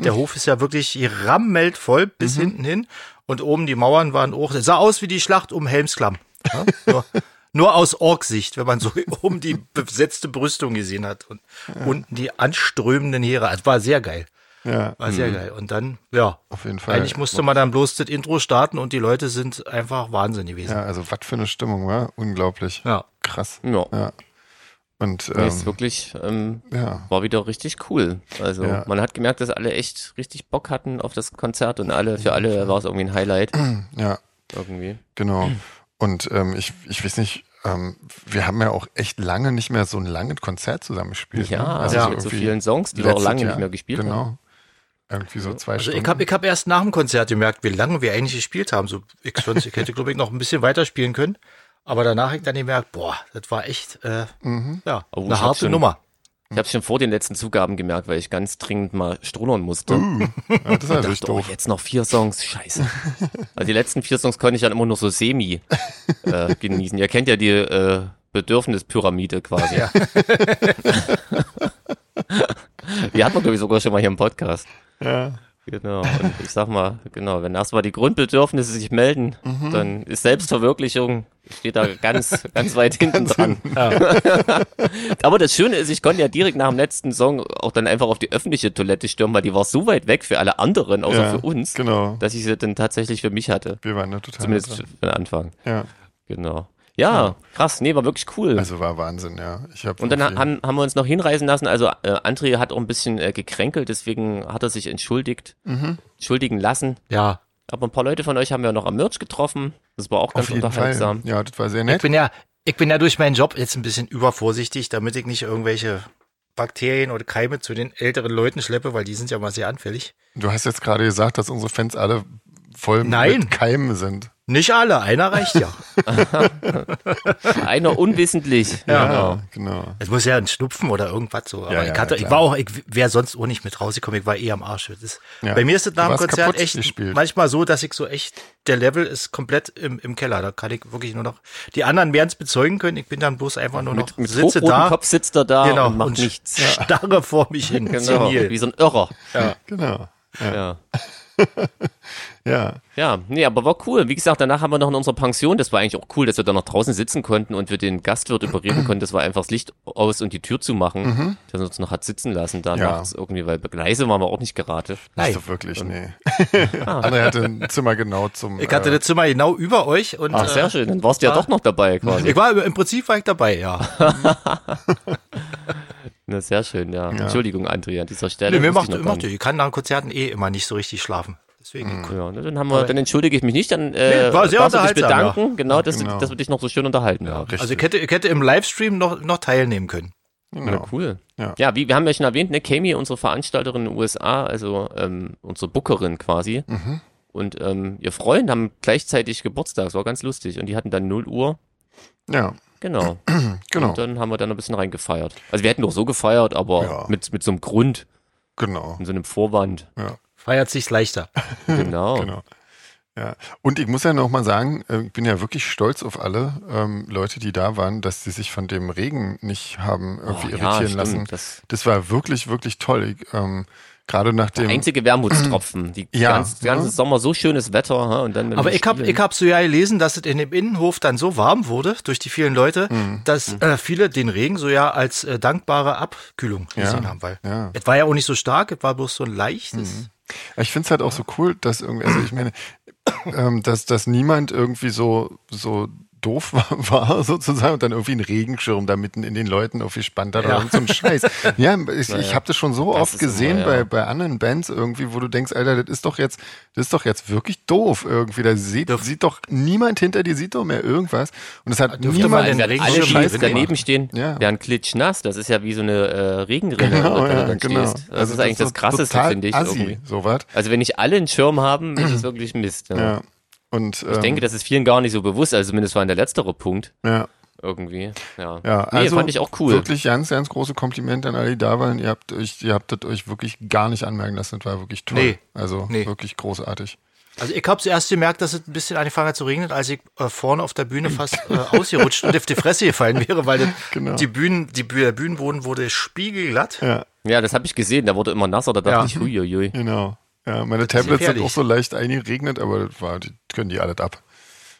Speaker 2: der Hof ist ja wirklich gerammelt voll bis hinten hin und oben die Mauern waren auch, es sah aus wie die Schlacht um Helmsklamm. Ja? Nur, nur aus Orksicht, wenn man so oben die besetzte Brüstung gesehen hat und unten die anströmenden Heere. Das war sehr geil.
Speaker 1: Ja,
Speaker 2: War sehr geil. Und dann, ja.
Speaker 1: auf jeden Fall.
Speaker 2: Eigentlich musste man dann bloß das Intro starten und die Leute sind einfach Wahnsinn gewesen.
Speaker 1: ja, also was für eine Stimmung, war unglaublich.
Speaker 2: Ja.
Speaker 1: Krass.
Speaker 3: Ja.
Speaker 1: Ja. Und
Speaker 3: Nee, ist
Speaker 1: ähm,
Speaker 3: wirklich, ähm,
Speaker 1: ja,
Speaker 3: war wieder richtig cool. Also
Speaker 1: Ja.
Speaker 3: man hat gemerkt, dass alle echt richtig Bock hatten auf das Konzert und alle, für alle war es irgendwie ein Highlight.
Speaker 1: ja,
Speaker 3: irgendwie.
Speaker 1: genau. Und ähm, ich, ich weiß nicht, ähm, wir haben ja auch echt lange nicht mehr so ein langes Konzert zusammengespielt.
Speaker 3: Ja,
Speaker 1: ne?
Speaker 3: ja. mit so
Speaker 1: irgendwie
Speaker 3: vielen Songs, die wir auch
Speaker 1: letztes
Speaker 3: lange
Speaker 1: Jahr.
Speaker 3: nicht mehr gespielt
Speaker 1: genau.
Speaker 3: haben.
Speaker 1: Irgendwie so zwei
Speaker 2: Also
Speaker 1: Stunden.
Speaker 2: ich habe ich hab erst nach dem Konzert gemerkt, wie lange wir eigentlich gespielt haben. So X20, ich hätte, glaube ich, noch ein bisschen weiterspielen können. Aber danach hab ich dann gemerkt, boah, das war echt äh, ja,
Speaker 3: Oh, ich
Speaker 2: eine
Speaker 3: hab
Speaker 2: harte
Speaker 3: schon-
Speaker 2: Nummer.
Speaker 3: Ich habe schon vor den letzten Zugaben gemerkt, weil ich ganz dringend mal strullern musste.
Speaker 1: Uh. ja, das ist natürlich
Speaker 3: Oh,
Speaker 1: doof.
Speaker 3: jetzt noch vier Songs, scheiße. Also die letzten vier Songs konnte ich dann immer nur so semi äh, genießen. Ihr kennt ja die äh, Bedürfnispyramide quasi.
Speaker 2: Ja.
Speaker 3: die hatten wir, glaube ich, sogar schon mal hier im Podcast.
Speaker 1: Ja.
Speaker 3: Genau. Und ich sag mal, genau, wenn erstmal die Grundbedürfnisse sich melden, dann ist Selbstverwirklichung, steht da ganz, ganz weit hinten dran. Aber das Schöne ist, ich konnte ja direkt nach dem letzten Song auch dann einfach auf die öffentliche Toilette stürmen, weil die war so weit weg für alle anderen, außer
Speaker 1: ja,
Speaker 3: für uns,
Speaker 1: Genau.
Speaker 3: dass ich sie dann tatsächlich für mich hatte.
Speaker 1: Wir waren da total.
Speaker 3: Zumindest
Speaker 1: dran.
Speaker 3: für den Anfang.
Speaker 1: Ja.
Speaker 3: Genau. Ja, krass. Nee, war wirklich cool.
Speaker 1: Also war Wahnsinn, ja. Ich hab
Speaker 3: und dann
Speaker 1: irgendwie-
Speaker 3: haben, haben wir uns noch hinreisen lassen. Also äh, André hat auch ein bisschen äh, gekränkelt, deswegen hat er sich entschuldigt, entschuldigen lassen.
Speaker 2: Ja.
Speaker 3: Aber ein paar Leute von euch haben wir noch am Merch getroffen. Das war auch ganz
Speaker 1: auf jeden
Speaker 3: unterhaltsam.
Speaker 1: Fall. Ja, das war sehr
Speaker 2: Ich
Speaker 1: nett.
Speaker 2: bin ja, ich bin ja durch meinen Job jetzt ein bisschen übervorsichtig, damit ich nicht irgendwelche Bakterien oder Keime zu den älteren Leuten schleppe, weil die sind ja mal sehr anfällig.
Speaker 1: Du hast jetzt gerade gesagt, dass unsere Fans alle voll
Speaker 2: Nein.
Speaker 1: mit Keimen sind.
Speaker 2: Nicht alle, einer reicht ja.
Speaker 3: Einer unwissentlich.
Speaker 1: Ja, genau.
Speaker 2: Es muss ja ein Schnupfen oder irgendwas so. Aber
Speaker 1: Ja, ja,
Speaker 2: ich, hatte,
Speaker 1: klar.
Speaker 2: ich war auch, ich wäre sonst auch nicht mit rausgekommen. Ich war eh am Arsch. Das ist,
Speaker 1: Ja.
Speaker 2: Bei mir ist das
Speaker 1: Du
Speaker 2: nach dem
Speaker 1: warst
Speaker 2: Konzert
Speaker 1: kaputt
Speaker 2: echt
Speaker 1: gespielt.
Speaker 2: manchmal so, dass ich so echt, der Level ist komplett im, im Keller. Da kann ich wirklich nur noch, die anderen werden es bezeugen können. Ich bin dann bloß einfach nur noch,
Speaker 3: Mit
Speaker 2: sitze
Speaker 3: hochrotem
Speaker 2: da,
Speaker 3: Kopf sitzt er da
Speaker 2: genau,
Speaker 3: und macht
Speaker 2: sch-
Speaker 3: nichts.
Speaker 2: starre vor mich hin.
Speaker 3: Genau,
Speaker 2: senil.
Speaker 3: wie so ein Irrer.
Speaker 1: Genau.
Speaker 3: Ja.
Speaker 1: Ja.
Speaker 3: Ja, nee, aber war cool. Wie gesagt, danach haben wir noch in unserer Pension, das war eigentlich auch cool, dass wir da noch draußen sitzen konnten und wir den Gastwirt überreden konnten, dass wir einfach das Licht aus und die Tür zu machen, dass er uns noch hat sitzen lassen da
Speaker 1: Ja.
Speaker 3: nachts irgendwie, weil Gleise waren wir auch nicht gerade.
Speaker 1: Nicht so wirklich, nee. André hatte ein Zimmer genau zum.
Speaker 2: Ich hatte das Zimmer genau über euch und
Speaker 3: Ach, Ah, sehr schön, dann warst du ja, doch noch dabei
Speaker 2: äh, ich
Speaker 3: quasi.
Speaker 2: war im Prinzip war ich dabei, ja.
Speaker 3: Na, sehr schön, ja. Entschuldigung, André, an dieser Stelle.
Speaker 2: nee, mir
Speaker 3: musste
Speaker 2: macht,
Speaker 3: ich noch
Speaker 2: macht,
Speaker 3: ran.
Speaker 2: ich kann nach Konzerten eh immer nicht so richtig schlafen. Deswegen,
Speaker 3: ja, ne, dann haben wir, dann entschuldige ich mich nicht, dann äh,
Speaker 2: Nee, war sehr
Speaker 3: darfst du dich
Speaker 2: unterhaltsam,
Speaker 3: bedanken, genau, dass,
Speaker 1: genau.
Speaker 3: Du, dass wir dich noch so schön unterhalten haben.
Speaker 2: also ich hätte, ich hätte im Livestream noch, noch teilnehmen können.
Speaker 3: Na, cool. Ja.
Speaker 1: Ja.
Speaker 3: wie wir haben ja schon erwähnt, ne, Kami, unsere Veranstalterin in den USA, also ähm, unsere Bookerin quasi, und ähm, ihr Freund haben gleichzeitig Geburtstag, das war ganz lustig. Und die hatten dann 0 Uhr.
Speaker 1: Ja,
Speaker 3: Genau.
Speaker 1: genau.
Speaker 3: Und dann haben wir dann ein bisschen reingefeiert. Also wir hätten doch so gefeiert, aber
Speaker 1: Ja.
Speaker 3: mit, mit so einem Grund
Speaker 1: Genau.
Speaker 3: und so einem Vorwand.
Speaker 2: Feiert sich's leichter.
Speaker 3: Genau.
Speaker 1: Genau. Ja, und ich muss ja noch mal sagen, äh, ich bin ja wirklich stolz auf alle ähm, Leute, die da waren, dass sie sich von dem Regen nicht haben irgendwie
Speaker 3: Oh, ja,
Speaker 1: irritieren
Speaker 3: stimmt,
Speaker 1: lassen.
Speaker 3: das-
Speaker 1: Das, war wirklich, wirklich toll. Ich, ähm, gerade nach dem.
Speaker 3: Einzige Wermutstropfen. Die
Speaker 1: Ja.
Speaker 3: ganz, ganze Sommer so schönes Wetter ha, und dann mit
Speaker 4: Aber
Speaker 3: dem
Speaker 4: ich habe
Speaker 3: Spielen.
Speaker 4: ich hab so ja gelesen, dass es in dem Innenhof dann so warm wurde durch die vielen Leute, dass äh, viele den Regen so ja als äh, dankbare Abkühlung gesehen haben, weil
Speaker 1: ja.
Speaker 4: es war ja auch nicht so stark, es war bloß so ein leichtes.
Speaker 1: Ich finde es halt auch so cool, dass irgendwie, also ich meine, ähm, dass, dass niemand irgendwie so, so doof war, war sozusagen und dann irgendwie einen Regenschirm da mitten in den Leuten irgendwie spannt hat oder irgend so ein Scheiß. Ja, ich, ich habe das schon so oft
Speaker 3: ist immer,
Speaker 1: gesehen
Speaker 3: ja.
Speaker 1: bei, bei anderen Bands irgendwie, wo du denkst, Alter, das ist doch jetzt, das ist doch jetzt wirklich doof irgendwie. Da sieht, sieht doch niemand hinter dir, sieht doch mehr irgendwas. Und es hat
Speaker 4: dürfte
Speaker 1: niemand
Speaker 4: man den
Speaker 1: so einen
Speaker 3: Wenn alle
Speaker 4: Regenschirm
Speaker 1: Scheiß
Speaker 3: Scheiß
Speaker 4: Scheiße
Speaker 3: daneben
Speaker 1: gemacht.
Speaker 3: stehen,
Speaker 1: Ja.
Speaker 3: wären klitschnass. Das ist ja wie so eine äh, Regenrinne,
Speaker 1: Genau,
Speaker 3: unter der
Speaker 1: ja,
Speaker 3: du dann
Speaker 1: genau.
Speaker 3: stehst. Das ist eigentlich das Krasseste,
Speaker 1: total
Speaker 3: finde ich.
Speaker 1: Assi,
Speaker 3: irgendwie.
Speaker 1: sowas.
Speaker 3: Also wenn nicht alle einen Schirm haben, ist es wirklich Mist. Ja.
Speaker 1: Ja. Und,
Speaker 3: Ich denke, das ist vielen gar nicht so bewusst. Also zumindest war der letztere Punkt
Speaker 1: ja.
Speaker 3: irgendwie. Ja,
Speaker 1: Ja, also
Speaker 3: nee, fand ich auch cool.
Speaker 1: Wirklich ganz, ganz große Kompliment an alle, die da waren. Ihr habt euch, ihr habt das euch wirklich gar nicht anmerken lassen. Das war wirklich toll.
Speaker 4: Nee.
Speaker 1: Also
Speaker 4: Nee.
Speaker 1: wirklich großartig.
Speaker 4: Also ich habe zuerst gemerkt, dass es ein bisschen angefangen hat zu regnen, als ich äh, vorne auf der Bühne fast äh, ausgerutscht und auf die Fresse gefallen wäre, weil das,
Speaker 1: Genau.
Speaker 4: die Bühnen, die, Bü- der Bühnenboden wurde spiegelglatt.
Speaker 3: Ja, das habe ich gesehen. Da wurde immer nasser. Da dachte ich, huiuiui.
Speaker 1: Genau. Ja, meine Tablets sind
Speaker 4: gefährlich.
Speaker 1: auch so leicht eingeregnet, aber das war, die können die alles ab.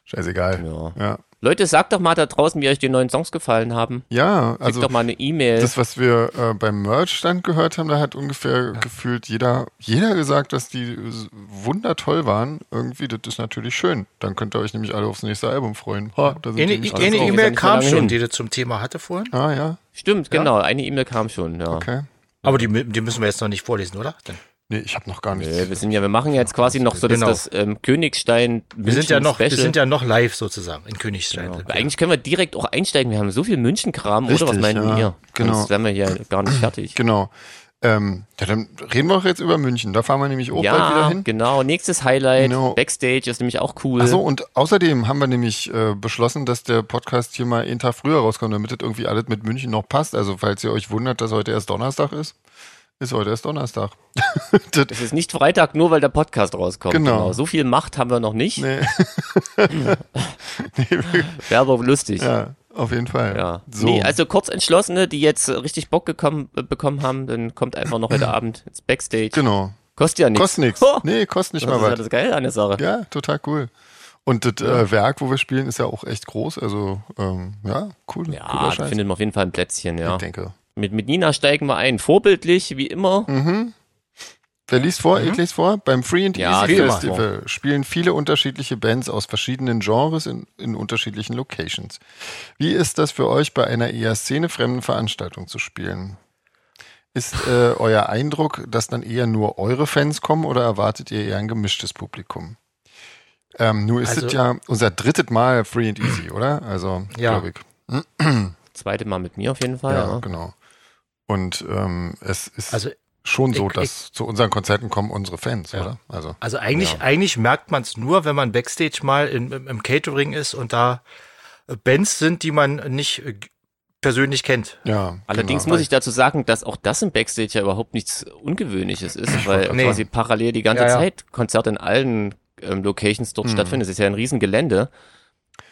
Speaker 1: Scheißegal.
Speaker 3: Ja.
Speaker 1: Ja,
Speaker 3: Leute, sagt doch mal da draußen, wie euch die neuen Songs gefallen haben.
Speaker 1: ja
Speaker 3: Schickt
Speaker 1: also
Speaker 3: doch mal eine E-Mail.
Speaker 1: das, was wir äh, beim Merch-Stand gehört haben, da hat ungefähr gefühlt jeder, jeder gesagt, dass die äh, wundertoll waren. Irgendwie, das ist natürlich schön. Dann könnt ihr euch nämlich alle aufs nächste Album freuen. Ha, da sind
Speaker 4: Eine
Speaker 1: die
Speaker 4: eine
Speaker 1: nicht
Speaker 3: ist auch
Speaker 4: E-Mail
Speaker 3: nicht so
Speaker 4: kam
Speaker 3: lange
Speaker 4: schon,
Speaker 3: hin.
Speaker 4: die das zum Thema hatte vorhin.
Speaker 1: Ah, ja.
Speaker 3: Stimmt, genau. Eine E-Mail kam schon. Ja.
Speaker 1: Okay.
Speaker 4: Aber die, mü- die müssen wir jetzt noch nicht vorlesen, oder? Dann,
Speaker 1: Nee, ich habe noch gar nichts.
Speaker 3: Äh, Wir sind ja, wir machen ja jetzt quasi noch so
Speaker 4: Genau.
Speaker 3: das, das ähm, Königstein.
Speaker 4: wir sind ja noch, wir
Speaker 3: Special.
Speaker 4: sind ja noch live sozusagen in Königstein.
Speaker 3: Ja. Eigentlich können wir direkt auch einsteigen. Wir haben so viel München-Kram, oder? Was
Speaker 1: Richtig,
Speaker 3: meinen
Speaker 1: ja.
Speaker 3: ihr?
Speaker 1: Genau.
Speaker 3: Sonst wären wir ja gar nicht fertig.
Speaker 1: Genau. Ähm, ja, dann reden wir auch jetzt über München. Da fahren wir nämlich auch bald wieder
Speaker 3: Ja,
Speaker 1: hin.
Speaker 3: genau. Nächstes Highlight.
Speaker 1: Genau.
Speaker 3: Backstage ist nämlich auch cool.
Speaker 1: Achso, und außerdem haben wir nämlich äh, beschlossen, dass der Podcast hier mal einen Tag früher rauskommt, damit das irgendwie alles mit München noch passt. Also, falls ihr euch wundert, dass heute erst Donnerstag ist, ist heute erst Donnerstag. das,
Speaker 3: Es ist nicht Freitag, nur weil der Podcast rauskommt.
Speaker 1: Genau.
Speaker 3: So viel Macht haben wir noch nicht.
Speaker 1: nee.
Speaker 3: Wäre aber lustig. Ja.
Speaker 1: ja, auf jeden Fall. So.
Speaker 3: Nee, also kurzentschlossene, die jetzt äh, richtig Bock gekommen, äh, bekommen haben, dann kommt einfach noch heute Abend ins Backstage.
Speaker 1: genau.
Speaker 3: Kostet ja nichts.
Speaker 1: Kostet nichts.
Speaker 3: Ho!
Speaker 1: Nee, kostet nicht
Speaker 3: Oh. das
Speaker 1: mal
Speaker 3: ist ja
Speaker 1: was.
Speaker 3: das Geile an der Sache.
Speaker 1: Ja, total cool. Und das äh, Werk, wo wir spielen, ist ja auch echt groß. Also, ähm, ja, cool.
Speaker 3: Ja,
Speaker 1: cooler
Speaker 3: da
Speaker 1: Scheiß.
Speaker 3: findet man auf jeden Fall ein Plätzchen, ja.
Speaker 1: Ich denke.
Speaker 3: Mit, mit Nina steigen wir ein. Vorbildlich, wie immer.
Speaker 1: Mhm. Wer liest vor? Ich lese vor. Beim Free and
Speaker 3: Ja,
Speaker 1: Easy
Speaker 3: geh mal
Speaker 1: Festival spielen viele unterschiedliche Bands aus verschiedenen Genres in, in unterschiedlichen Locations. Wie ist das für euch, bei einer eher szenefremden Veranstaltung zu spielen? Ist äh, euer Eindruck, dass dann eher nur eure Fans kommen oder erwartet ihr eher ein gemischtes Publikum? Ähm, nur ist
Speaker 4: Also-
Speaker 1: es ja unser drittes Mal Free and Easy, oder? Also,
Speaker 4: Ja.
Speaker 1: glaube ich.
Speaker 3: Zweite Mal mit mir auf jeden Fall.
Speaker 1: Ja,
Speaker 3: Ja,
Speaker 1: genau. Und ähm, es ist
Speaker 4: Also
Speaker 1: schon so,
Speaker 4: ich-
Speaker 1: dass zu unseren Konzerten kommen unsere Fans, oder? Also.
Speaker 4: Also eigentlich,
Speaker 1: Ja.
Speaker 4: eigentlich merkt man es nur, wenn man Backstage mal in, im, im Catering ist und da äh, Bands sind, die man nicht äh, persönlich kennt.
Speaker 1: Ja, genau.
Speaker 3: Allerdings muss ich dazu sagen, dass auch das im Backstage ja überhaupt nichts Ungewöhnliches ist, weil
Speaker 4: Nee.
Speaker 3: quasi parallel die ganze
Speaker 4: Ja, ja.
Speaker 3: Zeit Konzerte in allen ähm, Locations dort stattfinden. Es ist ja ein Riesengelände.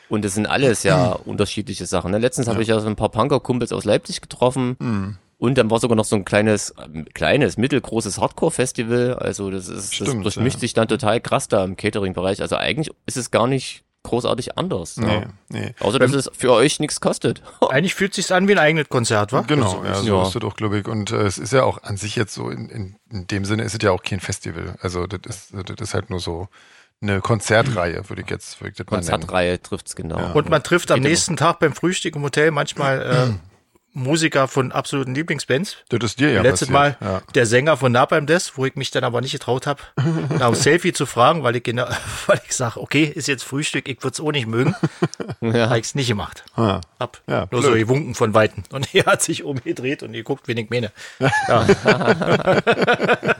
Speaker 3: Und es sind alles ja unterschiedliche Sachen. Ne? Letztens habe ich ja so ein paar Punker-Kumpels aus Leipzig getroffen. Und dann war sogar noch so ein kleines, ähm, kleines, mittelgroßes Hardcore-Festival. Also das ist,
Speaker 1: Stimmt,
Speaker 3: das durchmischt
Speaker 1: ja.
Speaker 3: sich dann total krass da im Catering-Bereich. Also eigentlich ist es gar nicht großartig anders.
Speaker 1: Nee,
Speaker 3: Ja.
Speaker 1: nee.
Speaker 3: Außer, dass es für euch nichts kostet.
Speaker 4: Eigentlich fühlt sich's an wie ein eigenes Konzert, wa?
Speaker 1: Genau, ja, so
Speaker 3: Also, Ja.
Speaker 1: ist es doch, glaube ich. Und äh, es ist ja auch an sich jetzt so, in, in, in dem Sinne ist es ja auch kein Festival. Also das ist, das ist halt nur so eine Konzertreihe, würde ich jetzt würde ich das mal nennen.
Speaker 3: Konzertreihe trifft's genau.
Speaker 4: Und man trifft am nächsten Tag beim Frühstück im Hotel manchmal äh, Musiker von absoluten Lieblingsbands.
Speaker 1: Das ist dir ja
Speaker 4: Letztes Mal
Speaker 1: passiert. Ja.
Speaker 4: der Sänger von Napalm Death, wo ich mich dann aber nicht getraut habe, nach dem Selfie zu fragen, weil ich, genau, weil ich sage, okay, ist jetzt Frühstück, ich würde es auch nicht mögen. ja. Habe ich es nicht gemacht.
Speaker 1: Ah.
Speaker 4: Hab
Speaker 1: Ja,
Speaker 4: nur so
Speaker 1: blöd.
Speaker 4: gewunken von Weitem. Und er hat sich umgedreht und geguckt, wen ich meine.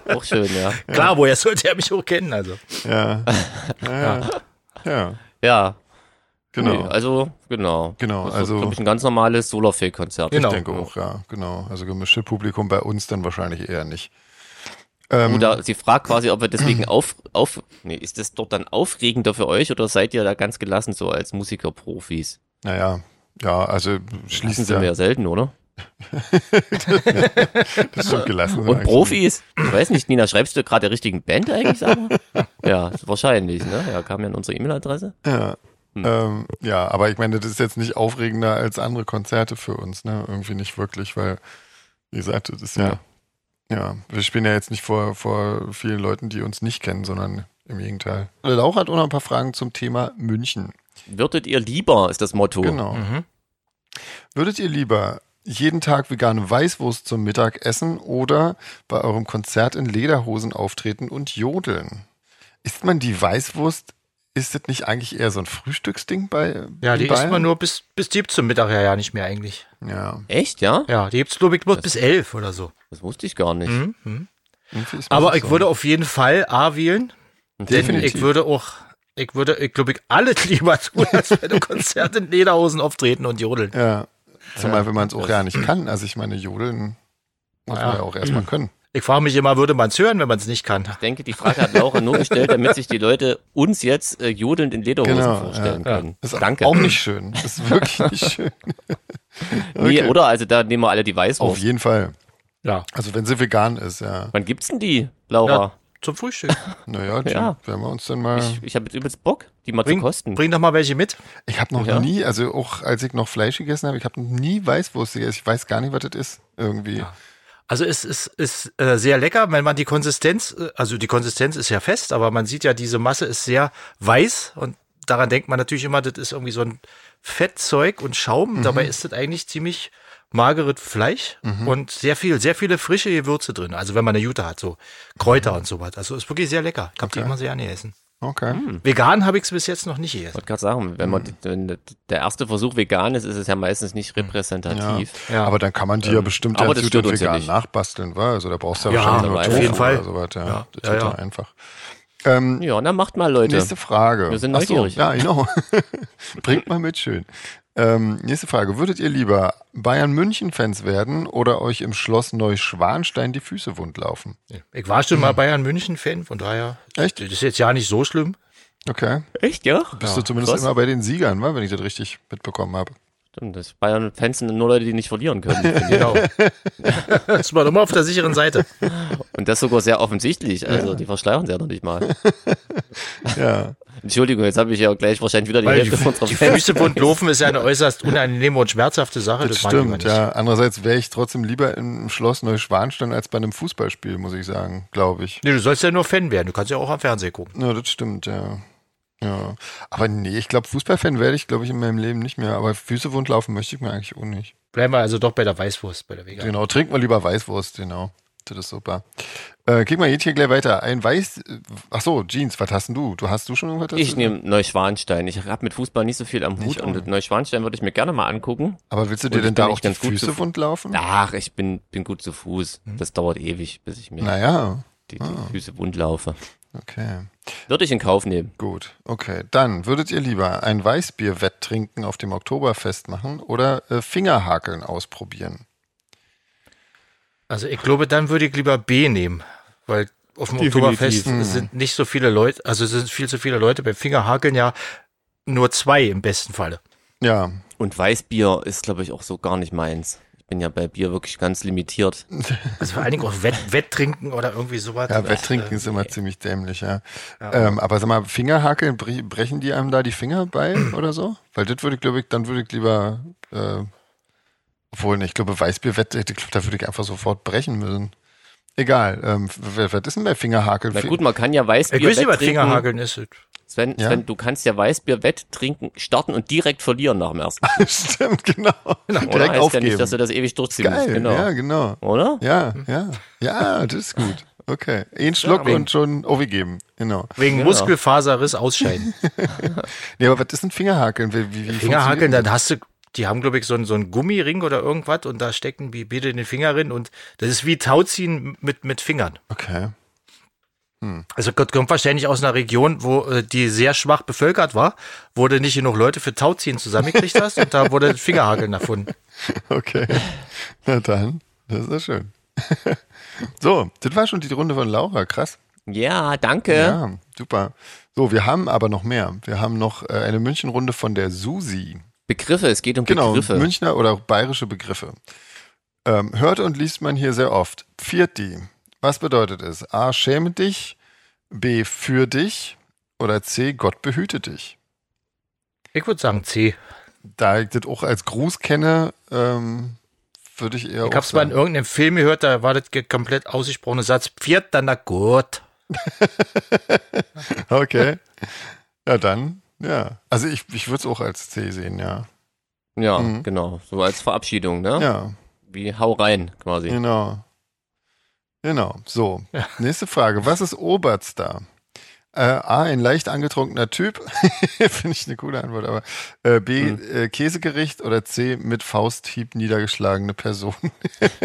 Speaker 3: Auch schön, ja.
Speaker 4: Klar, woher sollte er mich auch kennen? Also.
Speaker 1: Ja. Ja. ja,
Speaker 3: Ja,
Speaker 1: genau.
Speaker 3: Nee, also, genau.
Speaker 1: Genau,
Speaker 3: das
Speaker 1: also-
Speaker 3: Ist, glaub ich, ein ganz normales Solarfake-Konzert.
Speaker 1: ich
Speaker 4: Genau.
Speaker 1: denke auch, ja, genau. Also gemischte Publikum bei uns dann wahrscheinlich eher nicht.
Speaker 3: Oder sie fragt quasi, ob wir deswegen auf, auf, nee, ist das dort dann aufregender für euch oder seid ihr da ganz gelassen so als Musikerprofis?
Speaker 1: Naja, ja, also
Speaker 3: Lassen
Speaker 1: schließen
Speaker 3: sind wir
Speaker 1: ja.
Speaker 3: ja selten, oder?
Speaker 1: Das stimmt gelassen.
Speaker 3: Und Profis? Ich weiß nicht, Nina, schreibst du gerade der richtigen Band eigentlich, aber? Ja, wahrscheinlich, ne? Ja, kam ja in unsere E-Mail-Adresse.
Speaker 1: Ja. Ähm, ja, aber ich meine, das ist jetzt nicht aufregender als andere Konzerte für uns, ne? Irgendwie nicht wirklich, weil, wie gesagt, das ist ja, ja, wir spielen ja jetzt nicht vor, vor vielen Leuten, die uns nicht kennen, sondern im Gegenteil. Äh, Laura hat auch noch ein paar Fragen zum Thema München.
Speaker 3: Würdet ihr lieber, ist das Motto.
Speaker 1: Genau.
Speaker 4: Mhm.
Speaker 1: Würdet ihr lieber jeden Tag vegane Weißwurst zum Mittag essen oder bei eurem Konzert in Lederhosen auftreten und jodeln? Ist man die Weißwurst, ist das nicht eigentlich eher so ein Frühstücksding bei
Speaker 4: Ja,
Speaker 1: in
Speaker 4: die
Speaker 1: Bayern?
Speaker 4: isst man nur bis, bis die gibt's zum Mittag ja, ja nicht mehr eigentlich.
Speaker 1: Ja.
Speaker 3: Echt, ja?
Speaker 4: Ja, die gibt's glaube ich bloß bis elf oder so.
Speaker 3: Das wusste ich gar
Speaker 1: Mhm.
Speaker 3: nicht.
Speaker 1: irgendwie ist man
Speaker 4: Aber
Speaker 1: das
Speaker 4: ich
Speaker 1: so.
Speaker 4: würde auf jeden Fall A wählen, denn
Speaker 1: Definitiv.
Speaker 4: ich würde auch, ich würde, ich glaube ich, alles lieber tun, als bei einem Konzert in Lederhosen auftreten und jodeln.
Speaker 1: Ja. Zumal, wenn man es auch ja nicht kann. Also, ich meine, jodeln muss man ja auch erstmal können.
Speaker 4: Ich frage mich immer, würde man es hören, wenn man es nicht kann?
Speaker 3: Ich denke, die Frage hat Laura nur gestellt, damit sich die Leute uns jetzt äh, jodelnd in Lederhosen
Speaker 1: Genau,
Speaker 3: vorstellen
Speaker 4: ja, ja.
Speaker 3: können.
Speaker 1: Ist
Speaker 3: Danke.
Speaker 1: auch nicht schön. Ist wirklich nicht schön.
Speaker 3: Nee,
Speaker 1: Okay.
Speaker 3: oder? Also da nehmen wir alle die
Speaker 1: Auf
Speaker 3: Weißwurst.
Speaker 1: jeden Fall.
Speaker 4: Ja.
Speaker 1: Also, wenn sie vegan ist, ja.
Speaker 3: Wann gibt's denn die, Laura?
Speaker 4: Zum Frühstück.
Speaker 1: Naja, die
Speaker 3: Ja.
Speaker 1: werden wir uns dann mal.
Speaker 3: Ich, ich habe jetzt übelst Bock, die mal
Speaker 4: Bring,
Speaker 3: zu kosten.
Speaker 4: bring doch mal welche mit.
Speaker 1: Ich habe noch
Speaker 3: Ja.
Speaker 1: nie, also auch als ich noch Fleisch gegessen habe, ich habe noch nie Weißwurst gegessen. Ich weiß gar nicht, was das ist irgendwie.
Speaker 4: Also es ist, ist äh, sehr lecker, wenn man die Konsistenz, äh, also die Konsistenz ist ja fest, aber man sieht ja, diese Masse ist sehr weiß und daran denkt man natürlich immer, das ist irgendwie so ein Fettzeug und Schaum.
Speaker 1: Mhm.
Speaker 4: Dabei ist das eigentlich ziemlich mageres Fleisch
Speaker 1: Mhm.
Speaker 4: und sehr viel, sehr viele frische Gewürze drin. Also wenn man eine Jute hat, so
Speaker 1: Mhm.
Speaker 4: Kräuter und sowas. Also ist wirklich sehr lecker. Ich habe die immer sehr gerne gegessen.
Speaker 1: Okay.
Speaker 2: Hm.
Speaker 4: Vegan habe ich es bis jetzt noch nicht gegessen.
Speaker 3: wollte gerade sagen, wenn man wenn der erste Versuch vegan ist, ist es ja meistens nicht repräsentativ.
Speaker 4: Ja.
Speaker 1: Aber dann kann man die ja bestimmt
Speaker 3: aber
Speaker 1: als
Speaker 3: das
Speaker 1: gut
Speaker 3: stört
Speaker 1: und
Speaker 3: uns ja
Speaker 1: vegan
Speaker 3: nicht.
Speaker 1: nachbasteln, wa? Also da brauchst du ja,
Speaker 4: Ja,
Speaker 1: wahrscheinlich nur
Speaker 3: auf
Speaker 1: Tofu
Speaker 3: jeden
Speaker 4: Fall.
Speaker 1: oder so weiter.
Speaker 4: Ja,
Speaker 1: Das
Speaker 4: ja,
Speaker 1: ist
Speaker 4: ja.
Speaker 1: ja einfach. Ähm,
Speaker 3: Ja, dann macht mal Leute.
Speaker 1: nächste Frage.
Speaker 3: Wir sind
Speaker 1: Ach so,
Speaker 3: neugierig.
Speaker 1: Ja, genau. Bringt mal mit, schön. Ähm, nächste Frage. Würdet ihr lieber Bayern-München-Fans werden oder euch im Schloss Neuschwanstein die Füße wund laufen?
Speaker 4: Ich war schon mal Bayern München-Fan, von daher
Speaker 1: Mhm. Echt?
Speaker 4: das ist jetzt ja nicht so schlimm.
Speaker 1: Okay.
Speaker 3: Echt, ja?
Speaker 1: Bist du zumindest
Speaker 3: krass.
Speaker 1: immer bei den Siegern, wa? wenn ich das richtig mitbekommen habe.
Speaker 3: Stimmt, das Bayern-Fans sind nur Leute, die nicht verlieren können.
Speaker 4: Genau. das ist man immer auf der sicheren Seite.
Speaker 3: Und das sogar sehr offensichtlich. Also die verschleiern sie ja noch nicht mal.
Speaker 1: Ja.
Speaker 3: Entschuldigung, jetzt habe ich ja gleich wahrscheinlich wieder die
Speaker 4: Weil
Speaker 3: Hälfte unserer
Speaker 4: die
Speaker 3: Fans.
Speaker 4: Füße wund laufen ist ja eine äußerst unangenehme und schmerzhafte Sache.
Speaker 1: Das
Speaker 4: mag ich immer
Speaker 1: stimmt,
Speaker 4: nicht.
Speaker 1: ja. Andererseits wäre ich trotzdem lieber im Schloss Neuschwanstein als bei einem Fußballspiel, muss ich sagen, glaube ich.
Speaker 4: Nee, du sollst ja nur Fan werden. Du kannst ja auch am Fernsehen gucken.
Speaker 1: Ja, das stimmt, ja. Ja. Aber nee, ich glaube, Fußballfan werde ich, glaube ich, in meinem Leben nicht mehr. Aber Füße wund laufen möchte ich mir eigentlich auch nicht.
Speaker 4: Bleiben wir also doch bei der Weißwurst, bei der Vegan.
Speaker 1: Genau, trinkt mal lieber Weißwurst, genau. Das ist super. Äh, gehen wir jetzt hier gleich weiter. Ein Weiß. Ach so, Jeans, was hast denn du? Du hast du schon irgendwas dazu?
Speaker 3: Ich nehme Neuschwanstein. Ich habe mit Fußball nicht so viel am Hut und Neuschwanstein würde ich mir gerne mal angucken.
Speaker 1: Aber willst du
Speaker 3: Und
Speaker 1: dir
Speaker 3: ich
Speaker 1: denn
Speaker 3: bin
Speaker 1: da
Speaker 3: echt
Speaker 1: auch die
Speaker 3: ganz gut zu-
Speaker 1: Füße wund laufen?
Speaker 3: Ach, ich bin, bin gut zu Fuß. Das dauert ewig, bis ich mir
Speaker 1: Naja,
Speaker 3: die, die Füße wund laufe.
Speaker 1: okay.
Speaker 3: Würde ich in Kauf nehmen.
Speaker 1: Gut, okay. Dann würdet ihr lieber ein Weißbier-Wett trinken auf dem Oktoberfest machen oder äh, Fingerhakeln ausprobieren?
Speaker 4: Also ich glaube, dann würde ich lieber B nehmen, weil auf dem Oktoberfest sind
Speaker 1: Mhm.
Speaker 4: nicht so viele Leute, also es sind viel zu viele Leute. Beim Fingerhakeln ja nur zwei im besten Falle.
Speaker 1: Ja,
Speaker 3: Und Weißbier ist, glaube ich, auch so gar nicht meins. Ich bin ja bei Bier wirklich ganz limitiert.
Speaker 4: Also vor allen Dingen auch Wett, Wetttrinken oder irgendwie sowas.
Speaker 1: ja Wetttrinken ist immer ziemlich dämlich, ja. Ähm, aber sag mal, Fingerhakeln, bre- brechen die einem da die Finger bei oder so? Weil das würde ich, glaube ich, dann würde ich lieber, äh, obwohl, ne, ich glaube, Weißbier-Wett, ich glaube, da würde ich einfach sofort brechen müssen. Egal, ähm, w- w- was ist denn bei Fingerhakeln?
Speaker 3: Na gut, man kann ja
Speaker 4: Ich
Speaker 3: Weißbier
Speaker 4: weiß nicht, was
Speaker 3: wetttrinken.
Speaker 4: Fingerhakeln ist.
Speaker 3: Sven,
Speaker 1: Ja.
Speaker 3: Sven, du kannst ja Weißbier wetttrinken, starten und direkt verlieren nach dem ersten.
Speaker 1: Stimmt, genau.
Speaker 3: Oder
Speaker 1: Direkt
Speaker 3: heißt
Speaker 1: aufgeben.
Speaker 3: ja nicht, dass du das ewig durchziehen
Speaker 1: Geil,
Speaker 3: musst. Genau. Hm.
Speaker 1: ja, genau.
Speaker 3: Oder?
Speaker 1: Ja, ja. Ja, das ist gut. Okay. Einen Schluck
Speaker 4: aber-
Speaker 1: und schon aufgegeben. Genau.
Speaker 4: Wegen Muskelfaserriss ausscheiden.
Speaker 1: Nee, aber was ist ein Fingerhakeln? Wie, wie, wie
Speaker 4: Fingerhakeln,
Speaker 1: funktioniert
Speaker 4: dann hast du, die haben, glaube ich, so einen, so einen Gummiring oder irgendwas und da stecken die Beete in den Finger rein und das ist wie Tauziehen mit, mit Fingern.
Speaker 1: das? Okay.
Speaker 4: Also Gott kommt wahrscheinlich aus einer Region, wo äh, die sehr schwach bevölkert war, wo du nicht genug Leute für Tauziehen zusammengekriegt hast und da wurde Fingerhakeln erfunden.
Speaker 1: Okay. Na dann, das ist ja schön. So, das war schon die Runde von Laura. Krass.
Speaker 3: Ja, danke.
Speaker 1: Ja, super. So, wir haben aber noch mehr. Wir haben noch äh, eine München-Runde von der Susi.
Speaker 3: Begriffe, es geht um
Speaker 1: Genau,
Speaker 3: Begriffe.
Speaker 1: Münchner oder auch bayerische Begriffe. Ähm, hört und liest man hier sehr oft. Pfirti. Was bedeutet es? A. Schäme dich. B. Für dich. Oder C. Gott behüte dich.
Speaker 4: Ich würde sagen C.
Speaker 1: Da ich das auch als Gruß kenne, ähm, würde ich eher.
Speaker 4: Ich hab's mal in irgendeinem Film gehört, da war das ge- komplett ausgesprochene Satz. Pfiat dann na gut.
Speaker 1: Okay. Ja, dann. Ja. Also ich, ich würde es auch als C sehen, ja.
Speaker 3: ja,
Speaker 1: Mhm.
Speaker 3: genau. So als Verabschiedung, ne?
Speaker 1: Ja,
Speaker 3: Wie hau rein quasi.
Speaker 1: genau. Genau. So. Nächste Frage. Was ist Oberster? Äh, A, ein leicht angetrunkener Typ. Finde ich eine coole Antwort, aber äh, B, äh, Käsegericht oder C, mit Fausthieb niedergeschlagene Person.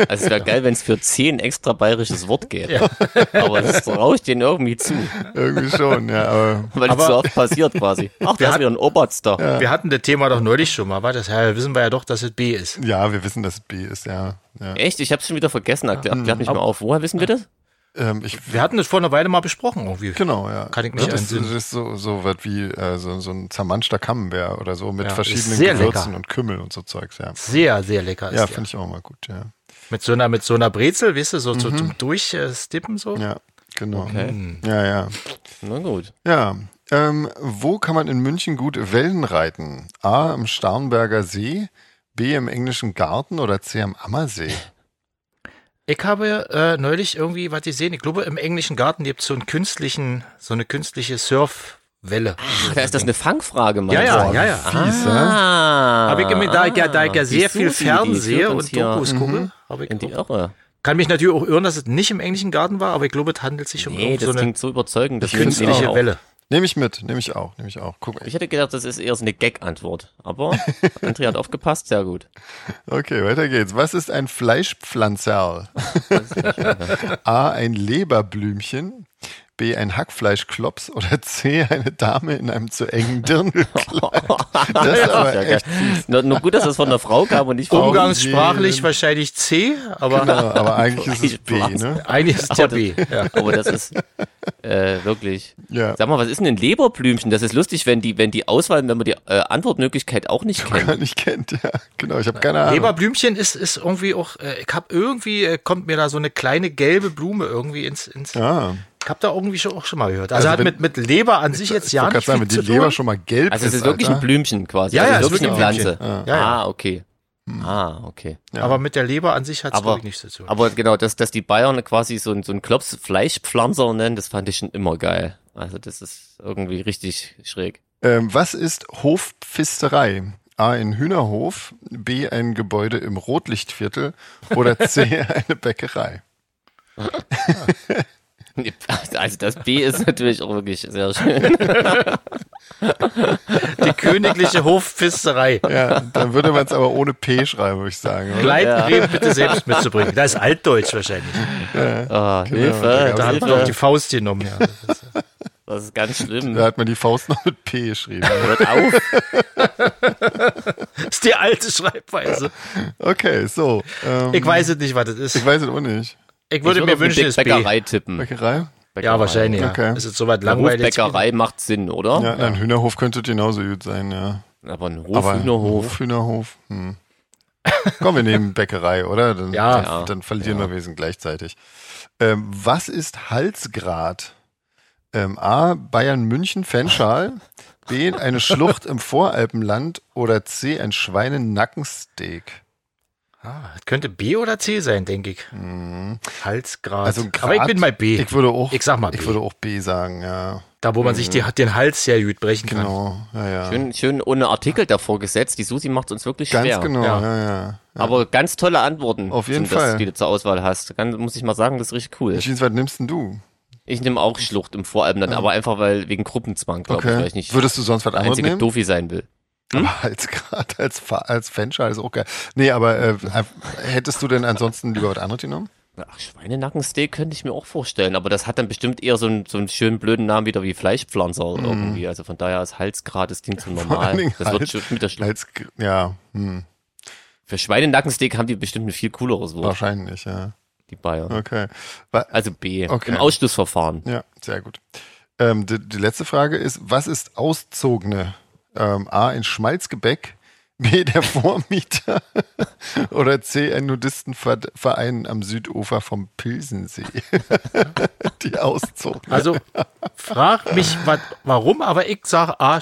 Speaker 3: Also es wäre geil, wenn es für 10 extra bayerisches Wort gäbe. Aber das traue ich denen irgendwie zu,
Speaker 1: Irgendwie schon, ja, aber
Speaker 3: weil es
Speaker 4: Aber-
Speaker 3: so oft passiert quasi. Ach, da ist wieder ein Oberster.
Speaker 4: Wir hatten das Thema doch neulich schon mal, war das? Ja, wissen wir ja doch, dass es B ist.
Speaker 1: ja, wir wissen, dass es B ist, ja. ja.
Speaker 3: Echt? Ich hab's schon wieder vergessen. Erklär,
Speaker 4: Ah.
Speaker 3: erklär
Speaker 4: Hm.
Speaker 3: mich mal auf. Woher wissen wir das?
Speaker 1: Ähm, ich,
Speaker 4: Wir hatten das vor einer Weile mal besprochen irgendwie.
Speaker 1: genau, ja.
Speaker 4: Kann ich mich
Speaker 1: das, das
Speaker 4: entsinnen.
Speaker 1: ist so, so was wie äh, so, so ein zermanschter Camembert oder so mit
Speaker 4: Ja,
Speaker 1: verschiedenen
Speaker 4: ist sehr
Speaker 1: Gewürzen
Speaker 4: lecker.
Speaker 1: und Kümmel und so Zeugs, ja.
Speaker 4: Sehr, sehr lecker
Speaker 1: Ja,
Speaker 4: ist der.
Speaker 1: finde ich auch mal gut, ja.
Speaker 4: Mit so einer, mit so einer Brezel, weißt du, so zu- zum Durchstippen so.
Speaker 1: Mhm. Ja, genau.
Speaker 3: Okay.
Speaker 1: Ja, ja.
Speaker 3: Na gut.
Speaker 1: Ja. Ähm, wo kann man in München gut Wellen reiten? A am Starnberger See, B im englischen Garten oder C am Ammersee?
Speaker 4: Ich habe äh, neulich irgendwie was gesehen. Ich glaube, im englischen Garten gibt es so einen künstlichen, so eine künstliche Surfwelle.
Speaker 3: Ach, da ist das eine Fangfrage, Mann.
Speaker 4: Ah, Ja, ja, ja, ja.
Speaker 1: Fies, ja?
Speaker 3: Ah,
Speaker 4: Habe ich immer, da, ich ja, da ich ja
Speaker 3: Die
Speaker 4: sehr viel
Speaker 3: Susi, die führt
Speaker 4: Fernsehe
Speaker 3: uns
Speaker 4: und
Speaker 3: hier Mhm.
Speaker 4: Dokus gucke, habe
Speaker 3: In die
Speaker 4: ich auch.
Speaker 3: Irre.
Speaker 4: Kann mich natürlich auch irren, dass es nicht im englischen Garten war, aber ich glaube, es handelt sich um
Speaker 3: Nee,
Speaker 4: irgend
Speaker 3: das
Speaker 4: so eine
Speaker 3: klingt genau. so überzeugend. Das
Speaker 1: klingt
Speaker 3: finde ich
Speaker 4: künstliche
Speaker 3: auch.
Speaker 4: Welle.
Speaker 1: Nehme ich mit, nehme ich auch, nehme ich auch. Guck,
Speaker 3: Ich hätte gedacht, das ist eher so eine Gag-Antwort. Aber André hat aufgepasst, sehr gut.
Speaker 1: Okay, weiter geht's. Was ist ein Fleischpflanzerl? A. Ein Leberblümchen. B. Ein Hackfleischklops. Oder C. Eine Dame in einem zu engen Dirndlkleid. Das ist aber
Speaker 3: Ja, geil.
Speaker 1: echt
Speaker 3: Nur, nur gut, dass das von einer Frau kam und nicht von
Speaker 4: Um Umgangssprachlich
Speaker 1: jeden-
Speaker 4: wahrscheinlich C, aber
Speaker 1: genau, aber eigentlich ist es B, ne?
Speaker 4: eigentlich ist der B. Ja.
Speaker 3: Aber Also, oh, das ist äh, wirklich.
Speaker 1: Ja.
Speaker 3: Sag mal, was ist denn ein Leberblümchen? Das ist lustig, wenn die, wenn die Auswahl, wenn man die äh, Antwortmöglichkeit auch nicht kennt.
Speaker 1: Gar nicht kennt, ja. Genau, ich habe keine Ahnung.
Speaker 4: Leberblümchen ist, ist irgendwie auch, äh, ich habe irgendwie, äh, kommt mir da so eine kleine gelbe Blume irgendwie ins, ins
Speaker 1: Ah,
Speaker 4: Ich habe da irgendwie schon, auch schon mal gehört. Also,
Speaker 1: Also
Speaker 4: hat
Speaker 1: wenn-
Speaker 4: mit, mit Leber an sich jetzt
Speaker 1: ich
Speaker 4: ja
Speaker 1: wollte
Speaker 4: nicht
Speaker 1: gerade sagen, wenn
Speaker 4: viel
Speaker 1: die
Speaker 4: zu
Speaker 1: Leber
Speaker 4: tun.
Speaker 1: schon mal gelb
Speaker 3: Also
Speaker 1: ist.
Speaker 3: es ist wirklich ein
Speaker 1: Alter.
Speaker 3: Blümchen quasi.
Speaker 4: Ja,
Speaker 3: also
Speaker 4: ja,
Speaker 3: es
Speaker 4: es
Speaker 3: ist
Speaker 4: ist
Speaker 3: wirklich eine
Speaker 4: wirklich ein
Speaker 3: Pflanze.
Speaker 4: Ja, Hm. ja.
Speaker 3: Ah, okay. Ah, okay.
Speaker 4: Aber mit der Leber an sich hat es
Speaker 3: Aber,
Speaker 4: wirklich nichts zu tun.
Speaker 3: aber genau, dass, dass die Bayern quasi so, ein- so einen Klops Fleischpflanzer nennen, das fand ich schon immer geil. Also das ist irgendwie richtig schräg.
Speaker 1: Ähm, was ist Hofpfisterei? A. Ein Hühnerhof. B. Ein Gebäude im Rotlichtviertel. Oder C. eine Bäckerei.
Speaker 3: Also das B ist natürlich auch wirklich sehr schön.
Speaker 4: die königliche Hofpfisterei.
Speaker 1: Ja, dann würde man es aber ohne P schreiben, würde ich sagen. Oder?
Speaker 4: Leitbrem bitte selbst mitzubringen. Das ist Altdeutsch wahrscheinlich.
Speaker 3: Ah, Hilfe,
Speaker 1: da
Speaker 4: genau. Da hat man auch die
Speaker 3: Hilfe.
Speaker 4: Faust genommen. Ja. Das ist-
Speaker 3: Das ist ganz schlimm.
Speaker 1: Da hat man die Faust noch mit P geschrieben.
Speaker 3: Hört auf.
Speaker 4: Das ist die alte Schreibweise.
Speaker 1: Okay, so. Ähm,
Speaker 4: Ich weiß es nicht, was das ist.
Speaker 1: ich weiß es auch nicht.
Speaker 4: Ich würde mir
Speaker 3: auf eine
Speaker 4: wünschen,
Speaker 3: Big
Speaker 4: es ist B.
Speaker 3: Bäckerei tippen.
Speaker 1: Bäckerei?
Speaker 4: Ja, wahrscheinlich. Ja.
Speaker 1: Okay.
Speaker 4: Es ist soweit
Speaker 3: Eine
Speaker 4: langweilig.
Speaker 3: Hofbäckerei macht Sinn, oder?
Speaker 1: Ja, ein Hühnerhof könnte genauso gut sein, ja.
Speaker 3: Aber ein
Speaker 1: Aber
Speaker 3: Hof, Hühnerhof.
Speaker 1: Hühnerhof. Hm. Komm, wir nehmen Bäckerei, oder? Dann,
Speaker 4: Ja.
Speaker 1: Dann, dann verlieren wir Wesen gleichzeitig. Ähm, was ist Halsgrad? Ähm, A. Bayern München Fanschal. B. Eine Schlucht im Voralpenland. Oder C. Ein Schweinennackensteak.
Speaker 4: Ah, das könnte B oder C sein, denke ich. Halsgrad.
Speaker 1: Mhm. Also Grad,
Speaker 4: Aber ich bin mal B.
Speaker 1: Ich würde auch.
Speaker 4: Ich sag mal B.
Speaker 1: Ich würde auch B sagen, ja.
Speaker 4: da, wo man
Speaker 1: Mhm.
Speaker 4: sich die, den Hals sehr gut brechen kann.
Speaker 1: Genau, ja, ja.
Speaker 3: Schön, schön ohne Artikel davor gesetzt. Die Susi macht uns wirklich
Speaker 1: Ganz
Speaker 3: schwer.
Speaker 1: genau, ja,
Speaker 4: Ja.
Speaker 1: ja. ja.
Speaker 3: Aber ganz tolle Antworten,
Speaker 1: Auf jeden
Speaker 3: sind das,
Speaker 1: Fall.
Speaker 3: die du zur Auswahl hast. Ganz, muss ich mal sagen, das ist richtig cool.
Speaker 1: Jeans, was nimmst denn du?
Speaker 3: Ich nehme auch Schlucht im Voralpenland, aber einfach weil wegen Gruppenzwang, glaube ich, weil ich nicht
Speaker 1: Würdest du sonst was
Speaker 3: der
Speaker 1: anderes
Speaker 3: einzige
Speaker 1: nehmen?
Speaker 3: Doofi sein will. Hm?
Speaker 1: Aber als gerade als, Fa- als Fanschal ist auch geil. Nee, aber äh, hättest du denn ansonsten lieber was anderes genommen?
Speaker 3: Ach, Schweinenackensteak könnte ich mir auch vorstellen, aber das hat dann bestimmt eher so einen, so einen schönen blöden Namen wieder wie Fleischpflanzer
Speaker 1: Mhm.
Speaker 3: irgendwie. Also von daher ist Halsgrad, das klingt so normal. Das wird schon mit der Schlucht.
Speaker 1: als, ja, hm,
Speaker 3: Für Schweinenackensteak haben die bestimmt ein viel cooleres Wort.
Speaker 1: wahrscheinlich, ja.
Speaker 3: die Bayern.
Speaker 1: Okay. Wa-
Speaker 3: Also B.
Speaker 1: Okay.
Speaker 3: Im Ausschlussverfahren.
Speaker 1: Ja, sehr gut. Ähm, die, die letzte Frage ist, was ist auszogene? Ähm, A, ein Schmalzgebäck, B, der Vormieter oder C, ein Nudistenverein am Südufer vom Pilsensee. die auszogene.
Speaker 4: Also frag mich, wat, warum, aber ich ah, sage A,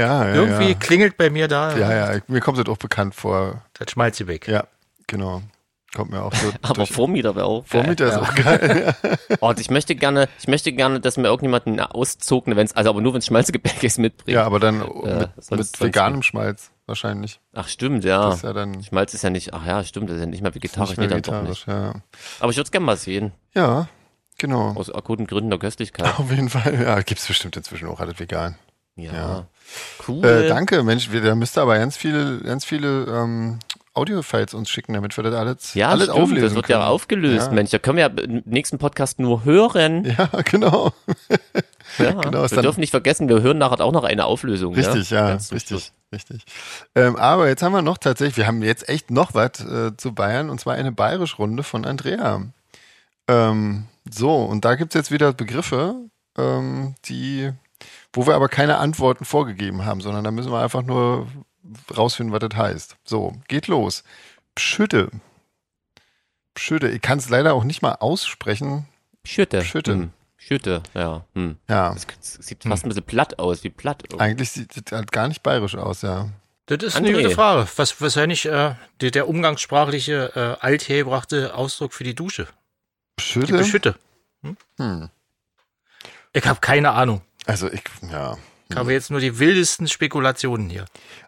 Speaker 1: Ja, ja, ja,
Speaker 4: Irgendwie
Speaker 1: ja.
Speaker 4: klingelt bei mir da
Speaker 1: Ja, ja, ich- mir kommt das auch bekannt vor.
Speaker 4: das Schmalzgebäck.
Speaker 1: Ja, genau. Kommt mir auch so.
Speaker 3: Aber
Speaker 1: durch-
Speaker 3: Vormieter wäre auch. geil.
Speaker 1: Vormieter ist auch geil.
Speaker 3: Oh, und ich möchte gerne, ich möchte gerne, dass mir irgendjemand einen auszogene, wenn's, also aber nur wenn es Schmalzgebäck ist, mitbringt.
Speaker 1: Ja, aber dann mit,
Speaker 3: sonst-
Speaker 1: mit
Speaker 3: sonst-
Speaker 1: veganem Schmalz wahrscheinlich.
Speaker 3: Ach stimmt, ja.
Speaker 1: Das ist ja dann-
Speaker 3: Schmalz ist ja nicht, ach ja, stimmt, das ist ja nicht mehr vegetarisch,
Speaker 1: Nicht mehr
Speaker 3: geht dann doch nicht.
Speaker 1: vegetarisch, ja.
Speaker 3: Aber ich würde es gerne mal sehen.
Speaker 1: Ja, genau.
Speaker 3: Aus akuten Gründen der Köstlichkeit.
Speaker 1: Auf jeden Fall. Ja, gibt's bestimmt inzwischen auch alles vegan.
Speaker 3: Ja.
Speaker 1: Ja.
Speaker 3: Cool.
Speaker 1: Äh, danke, Mensch, wir, da müsst ihr aber ganz viele, ganz viele ähm, Audio-Files uns schicken, damit wir das alles,
Speaker 3: Ja,
Speaker 1: alles
Speaker 3: stimmt,
Speaker 1: auflösen
Speaker 3: das wird
Speaker 1: können.
Speaker 3: ja aufgelöst,
Speaker 1: Ja.
Speaker 3: Mensch. Da können wir ja im nächsten Podcast nur hören.
Speaker 1: Ja, genau.
Speaker 3: Ja,
Speaker 1: genau, ist
Speaker 3: wir
Speaker 1: dann-
Speaker 3: dürfen nicht vergessen, wir hören nachher auch noch eine Auflösung.
Speaker 1: Richtig, ja,
Speaker 3: Ganz zum
Speaker 1: richtig,
Speaker 3: Schluss.
Speaker 1: richtig. Ähm, aber jetzt haben wir noch tatsächlich, wir haben jetzt echt noch was äh, zu Bayern und zwar eine Bayerisch-Runde von Andrea. Ähm, so, und da gibt's jetzt wieder Begriffe, ähm, die, wo wir aber keine Antworten vorgegeben haben, sondern da müssen wir einfach nur rausfinden, was das heißt. So, geht los. Pschütte. Pschütte. Ich kann es leider auch nicht mal aussprechen.
Speaker 3: Schütte.
Speaker 1: Schütte.
Speaker 3: Hm. Schütte, ja. Hm.
Speaker 1: Ja,
Speaker 3: Das, das sieht fast ein bisschen platt aus, wie platt.
Speaker 1: eigentlich sieht das halt gar nicht bayerisch aus, ja.
Speaker 4: Das ist
Speaker 3: André.
Speaker 4: eine gute Frage. Was wahrscheinlich äh, der, der umgangssprachliche äh, althergebrachte Ausdruck für die Dusche. Die
Speaker 1: Pschütte?
Speaker 4: Beschütte.
Speaker 1: Hm.
Speaker 4: Ich habe keine Ahnung.
Speaker 1: Also ich, ja.
Speaker 4: Ich habe jetzt nur die wildesten Spekulationen hier.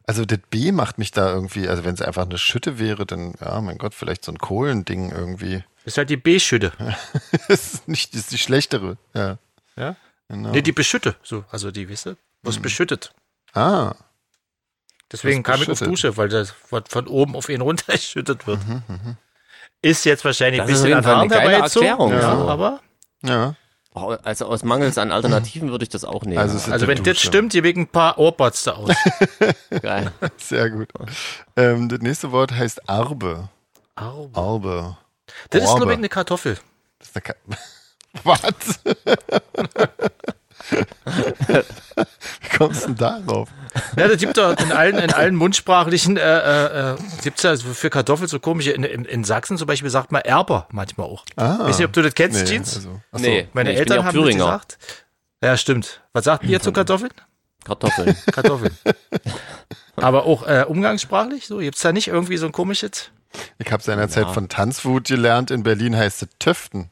Speaker 1: Also das B macht mich da irgendwie, also wenn es einfach eine Schütte wäre, dann, ja, mein Gott, vielleicht so ein Kohlending irgendwie.
Speaker 4: Ist halt die B-Schütte.
Speaker 1: das ist nicht, das ist die schlechtere. Ja,
Speaker 4: Ja?
Speaker 1: genau.
Speaker 4: Nee, die Beschütte. So, also die, weißt du, was beschüttet.
Speaker 1: ah,
Speaker 4: Deswegen
Speaker 1: Mhm. Was
Speaker 4: kam ich auf
Speaker 1: beschüttet? Mhm,
Speaker 4: Dusche, weil das was von oben auf ihn runtergeschüttet wird. Ist jetzt wahrscheinlich ein
Speaker 3: Das ist
Speaker 4: bisschen
Speaker 3: auf jeden Fall eine
Speaker 4: an
Speaker 3: geile
Speaker 4: dabei jetzt so,
Speaker 3: Erklärung,
Speaker 4: ja,
Speaker 3: so.
Speaker 4: aber
Speaker 1: ja.
Speaker 3: Oh, also aus Mangels an Alternativen würde ich das auch nehmen.
Speaker 1: Also es ist
Speaker 4: also
Speaker 1: die
Speaker 4: wenn das
Speaker 1: Dusche.
Speaker 4: stimmt, gebe ich ein paar Ohrpads da aus.
Speaker 3: Geil.
Speaker 1: Sehr gut. Ähm, das nächste Wort heißt Arbe.
Speaker 4: Au.
Speaker 1: Arbe.
Speaker 4: das ist glaube
Speaker 1: Orbe.
Speaker 4: ich eine Kartoffel.
Speaker 1: Das ist eine Ka Was? Wie kommst du denn darauf?
Speaker 4: Ja, das gibt doch in allen, in allen mundsprachlichen, äh, äh, äh, gibt's ja so für Kartoffel so komische, in, in, in Sachsen zum Beispiel sagt man Erber manchmal auch.
Speaker 1: Ah.
Speaker 4: Weiß nicht, ob du das kennst,
Speaker 1: Nee,
Speaker 4: Jeans?
Speaker 1: also, achso.
Speaker 3: Nee,
Speaker 4: Meine
Speaker 3: nee, ich bin
Speaker 4: Eltern
Speaker 3: ja auch
Speaker 4: haben das
Speaker 3: Thüringer.
Speaker 4: gesagt. Ja, stimmt. Was sagten ihr zu Kartoffeln?
Speaker 3: Kartoffeln.
Speaker 4: Kartoffeln. Aber auch äh, umgangssprachlich, so gibt's da nicht irgendwie so ein komisches?
Speaker 1: Ich habe seinerzeit von Tanzwut gelernt. In Berlin heißt es Töften.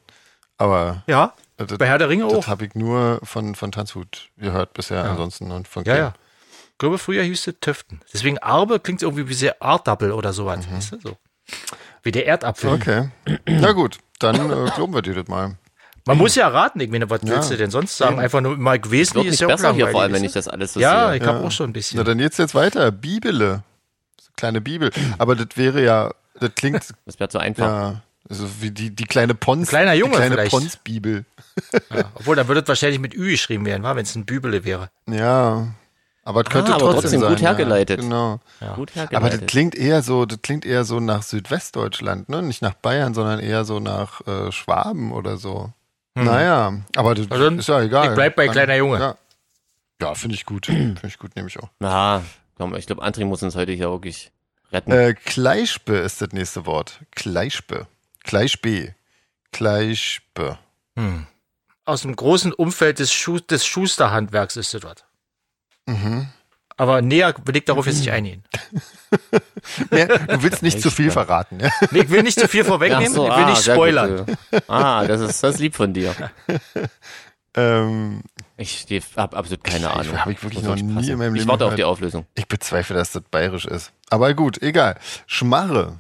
Speaker 1: Aber
Speaker 4: Ja, bei Herr der Ringe
Speaker 1: Äh, Also Das
Speaker 4: auch.
Speaker 1: habe ich nur von, von Tanzhut gehört bisher ansonsten und von
Speaker 4: Ja, ja. Ich glaube, früher hieß es Töften. Deswegen Arbe klingt irgendwie wie sehr Artappel oder sowas. Weißt du, so. Wie der Erdapfel.
Speaker 1: Okay. Na gut, dann äh, glauben wir dir das mal.
Speaker 4: Man muss ja raten, ich meine, was willst du denn sonst sagen? Einfach nur mal gewesen,
Speaker 3: Wird
Speaker 4: ist
Speaker 3: nicht
Speaker 4: ja auch
Speaker 3: besser hier,
Speaker 4: langweilig, ne?
Speaker 3: vor allem, wenn ich
Speaker 4: weißt du?
Speaker 3: das alles so
Speaker 4: Ja,
Speaker 3: sehe.
Speaker 4: ich habe auch schon ein bisschen.
Speaker 1: Na, dann jetzt jetzt weiter. Bibele. So kleine Bibel. Aber das wäre ja, das klingt
Speaker 3: Das wäre zu einfach.
Speaker 1: ja also wie die, die kleine Pons.
Speaker 4: Ein kleiner Junge
Speaker 1: die kleine
Speaker 4: vielleicht.
Speaker 1: Pons-Bibel.
Speaker 4: Obwohl, dann würde es wahrscheinlich mit Ü geschrieben werden, wenn es ein Bübele wäre.
Speaker 1: Ja. Aber es
Speaker 4: Ah,
Speaker 1: könnte
Speaker 3: aber
Speaker 1: trotzdem
Speaker 3: trotzdem
Speaker 1: sein,
Speaker 3: gut hergeleitet.
Speaker 1: Ja, genau.
Speaker 3: Gut
Speaker 1: Aber
Speaker 3: hergeleitet.
Speaker 1: das klingt eher so, das klingt eher so nach Südwestdeutschland, ne? Nicht nach Bayern, sondern eher so nach äh, Schwaben oder so. Naja, aber das
Speaker 4: Hm. Also,
Speaker 1: ist ja egal.
Speaker 4: ich bleib bei
Speaker 1: Dann-
Speaker 4: kleiner Junge.
Speaker 1: Ja, ja finde ich gut. finde ich gut, nehme ich auch.
Speaker 3: Na, komm, ich glaube, André muss uns heute hier wirklich retten.
Speaker 1: Äh, Kleischbe ist das nächste Wort. Kleischbe. Kleischbe. Kleischbe.
Speaker 4: Aus dem großen Umfeld des, Schu des Schusterhandwerks ist das was. Mhm. Aber näher will ich darauf jetzt nicht eingehen.
Speaker 1: Ja, du willst nicht zu viel verraten. Ja?
Speaker 4: Nee, Ich will nicht zu viel vorwegnehmen,
Speaker 3: Ach so,
Speaker 4: ich will
Speaker 3: ah,
Speaker 4: nicht
Speaker 3: sehr
Speaker 4: spoilern.
Speaker 3: gut, äh. Ah, das ist, das ist lieb von dir.
Speaker 1: Ähm,
Speaker 3: Ich habe absolut keine
Speaker 1: Ich-
Speaker 3: Ahnung.
Speaker 1: hab ich wirklich
Speaker 3: Muss
Speaker 1: noch
Speaker 3: nicht
Speaker 1: nie
Speaker 3: passen.
Speaker 1: in meinem Leben
Speaker 3: Ich warte auf
Speaker 1: gehört.
Speaker 3: die Auflösung.
Speaker 1: ich bezweifle, dass das bayerisch ist. Aber gut, egal. Schmarre.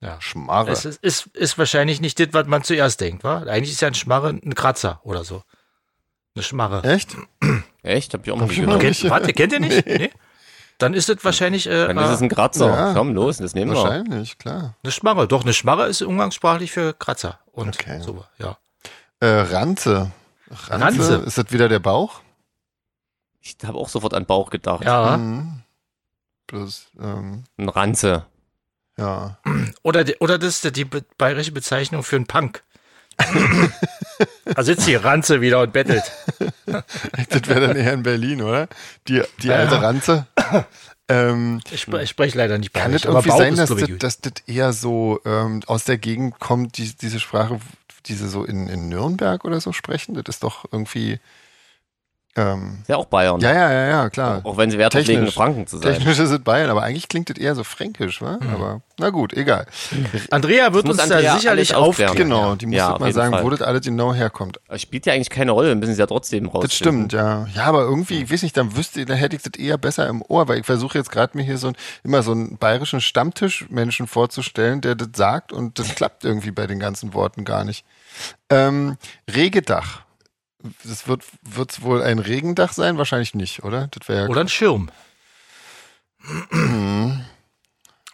Speaker 4: Ja.
Speaker 1: Schmarre.
Speaker 4: Es ist, ist, ist wahrscheinlich nicht das, was man zuerst denkt, wa? Eigentlich ist ja ein Schmarre ein Kratzer oder so. Eine Schmarre.
Speaker 1: Echt?
Speaker 3: Echt? Hab ich auch mal
Speaker 1: ich noch
Speaker 3: gehört.
Speaker 1: nicht.
Speaker 4: Kennt, warte, kennt ihr nicht? Nee. Dann ist das wahrscheinlich äh,
Speaker 3: Dann ist es
Speaker 4: äh,
Speaker 3: ein Kratzer.
Speaker 1: Ja.
Speaker 3: Komm, los, das nehmen wir.
Speaker 1: Wahrscheinlich, klar.
Speaker 4: eine Schmarre. Doch, eine Schmarre ist umgangssprachlich für Kratzer. Und
Speaker 1: Okay.
Speaker 4: so, ja.
Speaker 1: Äh, Ranze. Ranze.
Speaker 4: Ranze.
Speaker 1: Ist das wieder der Bauch?
Speaker 3: Ich habe
Speaker 4: Ah.
Speaker 3: auch sofort an Bauch gedacht.
Speaker 4: Ja.
Speaker 1: Mhm. Bloß, Mhm. ähm,
Speaker 3: Ein Ranze.
Speaker 1: Ja.
Speaker 4: Oder, die- oder das ist die- die be- bayerische Bezeichnung für einen Punk. da sitzt die Ranze wieder und bettelt.
Speaker 1: Das wäre dann eher in Berlin, oder? Die, die alte Ranze. Ähm,
Speaker 4: Ich, spre- ich spreche leider nicht
Speaker 1: Kann
Speaker 4: bayerisch,
Speaker 1: das irgendwie
Speaker 4: Bauch
Speaker 1: sein,
Speaker 4: ist,
Speaker 1: dass
Speaker 4: glaub
Speaker 1: das,
Speaker 4: ich, gut.
Speaker 1: dass das eher so ähm, aus der Gegend kommt, die, diese Sprache, diese so in, in Nürnberg oder so sprechen? Das ist doch irgendwie. Ähm,
Speaker 3: Ist ja auch Bayern.
Speaker 1: ja, ja, ja, ja, klar.
Speaker 3: Auch wenn sie Wert drauf legen, in
Speaker 1: Technisch.
Speaker 3: Franken zu sein.
Speaker 1: Technisch ist es Bayern, aber eigentlich klingt das eher so fränkisch, wa?
Speaker 4: Hm.
Speaker 1: Aber na gut, egal.
Speaker 4: Andrea wird
Speaker 3: Das
Speaker 4: uns
Speaker 3: muss Andrea
Speaker 4: da sicherlich
Speaker 3: alles
Speaker 4: aufklären.
Speaker 3: aufklären.
Speaker 1: genau, die muss
Speaker 3: Ja,
Speaker 1: das
Speaker 3: auf
Speaker 1: mal
Speaker 3: jeden
Speaker 1: sagen,
Speaker 3: Fall.
Speaker 1: wo das alles genau herkommt.
Speaker 3: Das spielt ja eigentlich keine Rolle, wir müssen es ja trotzdem raus.
Speaker 1: Das stimmt, ja. Ja, aber irgendwie, ich weiß nicht, dann wüsste, dann hätte ich das eher besser im Ohr, weil ich versuche jetzt gerade mir hier so ein, immer so einen bayerischen Stammtischmenschen vorzustellen, der das sagt und das klappt irgendwie bei den ganzen Worten gar nicht. Ähm, Regedach. Das wird wird's wohl ein Regendach sein? Wahrscheinlich nicht, oder? Das wäre ja
Speaker 4: Oder ein Schirm.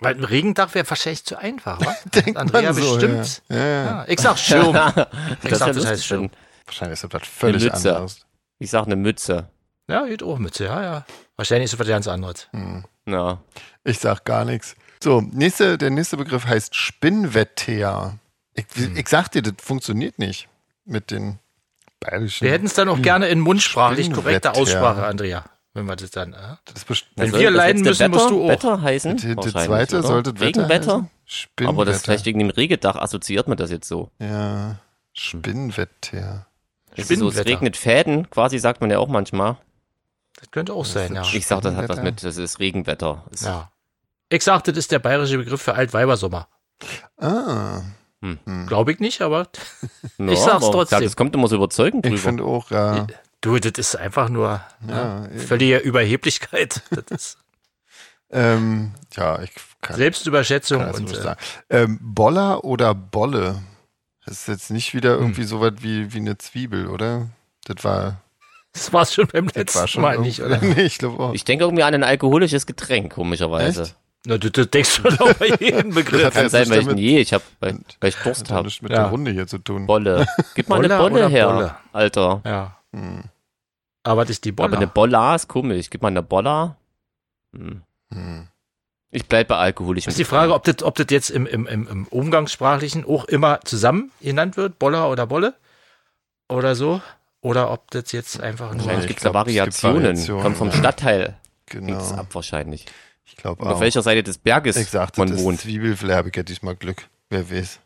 Speaker 4: Weil ein Regendach wäre wahrscheinlich zu einfach, wa? Denkt Andrea
Speaker 1: man so,
Speaker 4: bestimmt.
Speaker 1: Ja, ja.
Speaker 4: Ah, ich sag Schirm. Ich
Speaker 3: Das, ist ja
Speaker 4: sag, das heißt
Speaker 3: lustig,
Speaker 4: Schirm.
Speaker 3: denn
Speaker 1: wahrscheinlich ist das was völlig
Speaker 3: Mütze.
Speaker 1: anderes.
Speaker 3: ich sag eine Mütze.
Speaker 4: Ja, geht auch mit. Ja, ja. Wahrscheinlich ist es was ganz anderes.
Speaker 1: Mhm.
Speaker 3: Ja.
Speaker 1: Ich sag gar nichts. So, nächste, der nächste Begriff heißt Spinnwettea. Ich,
Speaker 4: Hm.
Speaker 1: ich sag dir, das funktioniert nicht mit den bayerischen.
Speaker 4: Wir hätten es dann auch gerne in mundsprachlich korrekter
Speaker 1: Spinnenwetter.
Speaker 4: Aussprache, Andrea. Wenn wir das dann. Äh?
Speaker 1: Das best-
Speaker 3: Dann
Speaker 4: Wenn
Speaker 3: soll
Speaker 4: wir
Speaker 3: also das
Speaker 4: leiden
Speaker 3: letzte
Speaker 4: müssen, musst du auch.
Speaker 3: Wetter heißen?
Speaker 1: Die- die
Speaker 3: Wahrscheinlich,
Speaker 1: zweite
Speaker 3: oder?
Speaker 1: sollte Wetter
Speaker 3: Regenwetter?
Speaker 1: heißen? Spinnwetter.
Speaker 3: Aber das ist vielleicht wegen dem Regendach assoziiert man das jetzt so.
Speaker 1: Ja, Spinnwetter.
Speaker 3: Es ist so, es
Speaker 4: Spinnenwetter.
Speaker 3: regnet Fäden, quasi sagt man ja auch manchmal.
Speaker 4: Das könnte auch sein, ja.
Speaker 3: Ich sag, das hat was
Speaker 1: Spinnenwetter.
Speaker 3: mit, das ist Regenwetter. Ist,
Speaker 4: ja. Ich sag, das ist der bayerische Begriff für Altweibersommer.
Speaker 1: Ah,
Speaker 4: Glaube ich nicht, aber
Speaker 3: Ja,
Speaker 4: Ich sag's
Speaker 3: aber
Speaker 4: trotzdem.
Speaker 3: Das kommt immer so überzeugend
Speaker 1: ich
Speaker 3: drüber.
Speaker 1: finde auch, ja.
Speaker 4: du, das ist einfach nur
Speaker 1: Ja,
Speaker 4: ne, völlige Überheblichkeit. Das ist
Speaker 1: Ähm, ja, ich kann
Speaker 4: Selbstüberschätzung
Speaker 1: kann das
Speaker 4: und
Speaker 1: nicht
Speaker 4: äh,
Speaker 1: sagen. Ähm, Boller oder Bolle? Das ist jetzt nicht
Speaker 4: Hm.
Speaker 1: wieder irgendwie so was wie, wie eine Zwiebel, oder? Das war,
Speaker 4: das war's schon beim
Speaker 1: das
Speaker 4: letzten
Speaker 1: war schon
Speaker 4: Mal nicht, oder?
Speaker 1: irgendwie- nee, ich glaube auch.
Speaker 3: Ich denke irgendwie an ein alkoholisches Getränk, komischerweise.
Speaker 1: Echt?
Speaker 4: Na, du, du denkst schon auch bei jedem Begriff.
Speaker 1: Das hat
Speaker 3: Kann
Speaker 1: jetzt
Speaker 3: sein,
Speaker 1: nicht
Speaker 3: weil ich,
Speaker 1: damit-
Speaker 3: nee, ich hab, weil, weil ich Durst
Speaker 1: Das hat
Speaker 3: habe.
Speaker 1: nichts mit
Speaker 4: Ja.
Speaker 1: der Runde hier zu tun.
Speaker 3: Bolle. Gib mal eine
Speaker 4: Boller
Speaker 3: Bolle
Speaker 4: oder
Speaker 3: her,
Speaker 4: Bolle?
Speaker 3: Alter.
Speaker 4: Ja.
Speaker 1: Hm.
Speaker 4: Aber das ist die
Speaker 1: Genau.
Speaker 3: Aber eine
Speaker 4: Bolle.
Speaker 3: Bolla ist komisch. Gib mal eine Bolla. Hm.
Speaker 1: Hm.
Speaker 3: Ich bleib bei alkoholischem.
Speaker 4: Das ist die Frage, ob das, ob das jetzt im, im, im, im Umgangssprachlichen auch immer zusammen genannt wird, Boller oder Bolle oder so. Oder ob das jetzt einfach nur.
Speaker 3: Wahrscheinlich
Speaker 1: Nee,
Speaker 3: gibt's
Speaker 1: ich
Speaker 3: da
Speaker 1: glaub, es gibt
Speaker 3: Variationen.
Speaker 1: Variationen,
Speaker 3: Kommt vom
Speaker 1: ja.
Speaker 3: Stadtteil. Genau. Gibt's
Speaker 1: Genau.
Speaker 3: ab wahrscheinlich.
Speaker 1: Ich glaube
Speaker 3: Auf
Speaker 1: auch.
Speaker 3: welcher Seite des Berges
Speaker 1: Ich sagte,
Speaker 3: man
Speaker 1: das
Speaker 3: wohnt.
Speaker 1: Zwiebel, vielleicht habe ich ja diesmal Glück. Wer weiß.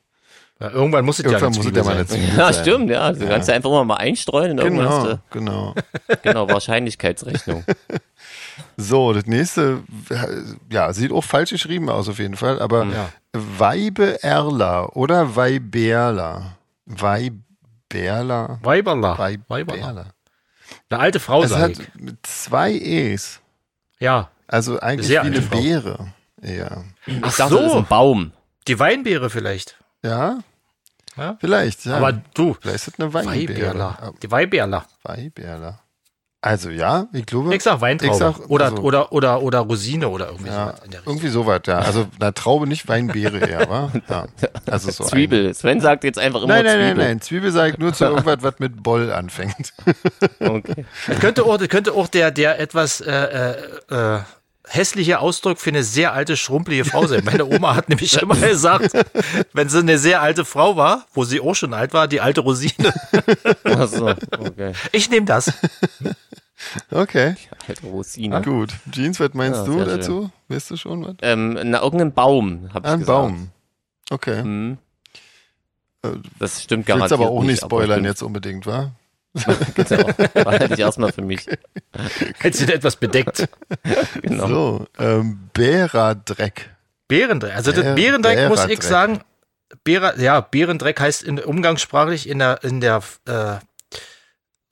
Speaker 4: Ja, irgendwann muss es ja
Speaker 1: Irgendwann
Speaker 4: eine
Speaker 1: muss es
Speaker 4: Zwiebel
Speaker 1: ja mal eine
Speaker 4: sein.
Speaker 1: Zwiebel
Speaker 3: Ja,
Speaker 1: sein.
Speaker 3: stimmt, ja. Du
Speaker 1: Ja.
Speaker 3: kannst ja einfach immer mal einstreuen in irgendwas.
Speaker 1: Genau,
Speaker 3: Genau.
Speaker 1: genau.
Speaker 3: genau, Wahrscheinlichkeitsrechnung.
Speaker 1: So, das nächste, ja, sieht auch falsch geschrieben aus auf jeden Fall, aber
Speaker 4: Ja.
Speaker 1: Weibe Erla oder Weiberla. Weiberla.
Speaker 4: Weiberler. Weiberler.
Speaker 1: Weiberla.
Speaker 4: Eine alte Frau,
Speaker 1: Es
Speaker 4: sag
Speaker 1: hat
Speaker 4: ich.
Speaker 1: zwei E's.
Speaker 4: Ja.
Speaker 1: Also eigentlich
Speaker 4: Sehr
Speaker 1: wie eine
Speaker 4: alte Frau.
Speaker 1: Beere. Ja.
Speaker 3: Ich sag, das ist ein Baum.
Speaker 4: die Weinbeere vielleicht.
Speaker 1: Ja?
Speaker 4: Ja?
Speaker 1: Vielleicht, ja.
Speaker 4: Aber du,
Speaker 1: vielleicht ist es eine Weinbeere.
Speaker 4: Weiberler.
Speaker 1: Ah,
Speaker 4: Die Weiberler.
Speaker 1: Weiberla. Also ja, ich glaube.
Speaker 4: Ich sag Weintraube.
Speaker 1: Ich sag-
Speaker 4: oder,
Speaker 1: also-
Speaker 4: oder, oder, oder Rosine oder irgendwie
Speaker 1: Ja,
Speaker 4: sowas in der Richtung.
Speaker 1: irgendwie sowas, ja. Also na Traube nicht, Weinbeere eher, wa? Ja. Also so ein-
Speaker 3: Zwiebel. Sven sagt jetzt einfach immer
Speaker 1: Nein, nein,
Speaker 3: Zwiebel.
Speaker 1: nein, nein. Zwiebel sage ich nur zu irgendwas, was mit Boll anfängt.
Speaker 3: Okay.
Speaker 4: Das könnte auch, das könnte auch der, der etwas äh, äh, äh, hässliche Ausdruck für eine sehr alte, schrumpelige Frau sein. Meine Oma hat nämlich immer gesagt, wenn sie eine sehr alte Frau war, wo sie auch schon alt war, die alte Rosine.
Speaker 3: Ach so, okay.
Speaker 4: Ich nehme das.
Speaker 1: Okay,
Speaker 3: Halt Rosine.
Speaker 1: gut. Jeans, was meinst
Speaker 3: Ja,
Speaker 1: du
Speaker 3: sehr
Speaker 1: dazu? Weißt du schon was?
Speaker 3: Ähm, na, irgendein Baum, habe ich
Speaker 1: Ein
Speaker 3: gesagt.
Speaker 1: Baum. Okay.
Speaker 3: Hm.
Speaker 1: Äh,
Speaker 3: Das
Speaker 1: Willst
Speaker 3: stimmt garantiert
Speaker 1: aber auch nicht
Speaker 3: aber
Speaker 1: spoilern
Speaker 3: stimmt.
Speaker 1: jetzt unbedingt, wa?
Speaker 3: Genau. Behalte ich erstmal für mich.
Speaker 4: Hätte sie da etwas bedeckt.
Speaker 3: Genau.
Speaker 1: So, ähm, Bära-Dreck.
Speaker 4: Bärendreck. Also
Speaker 1: Bär-
Speaker 4: das Bärendreck muss ich
Speaker 1: Bärendreck.
Speaker 4: sagen, Bärer, ja, Bärendreck heißt in, umgangssprachlich in der, in der äh,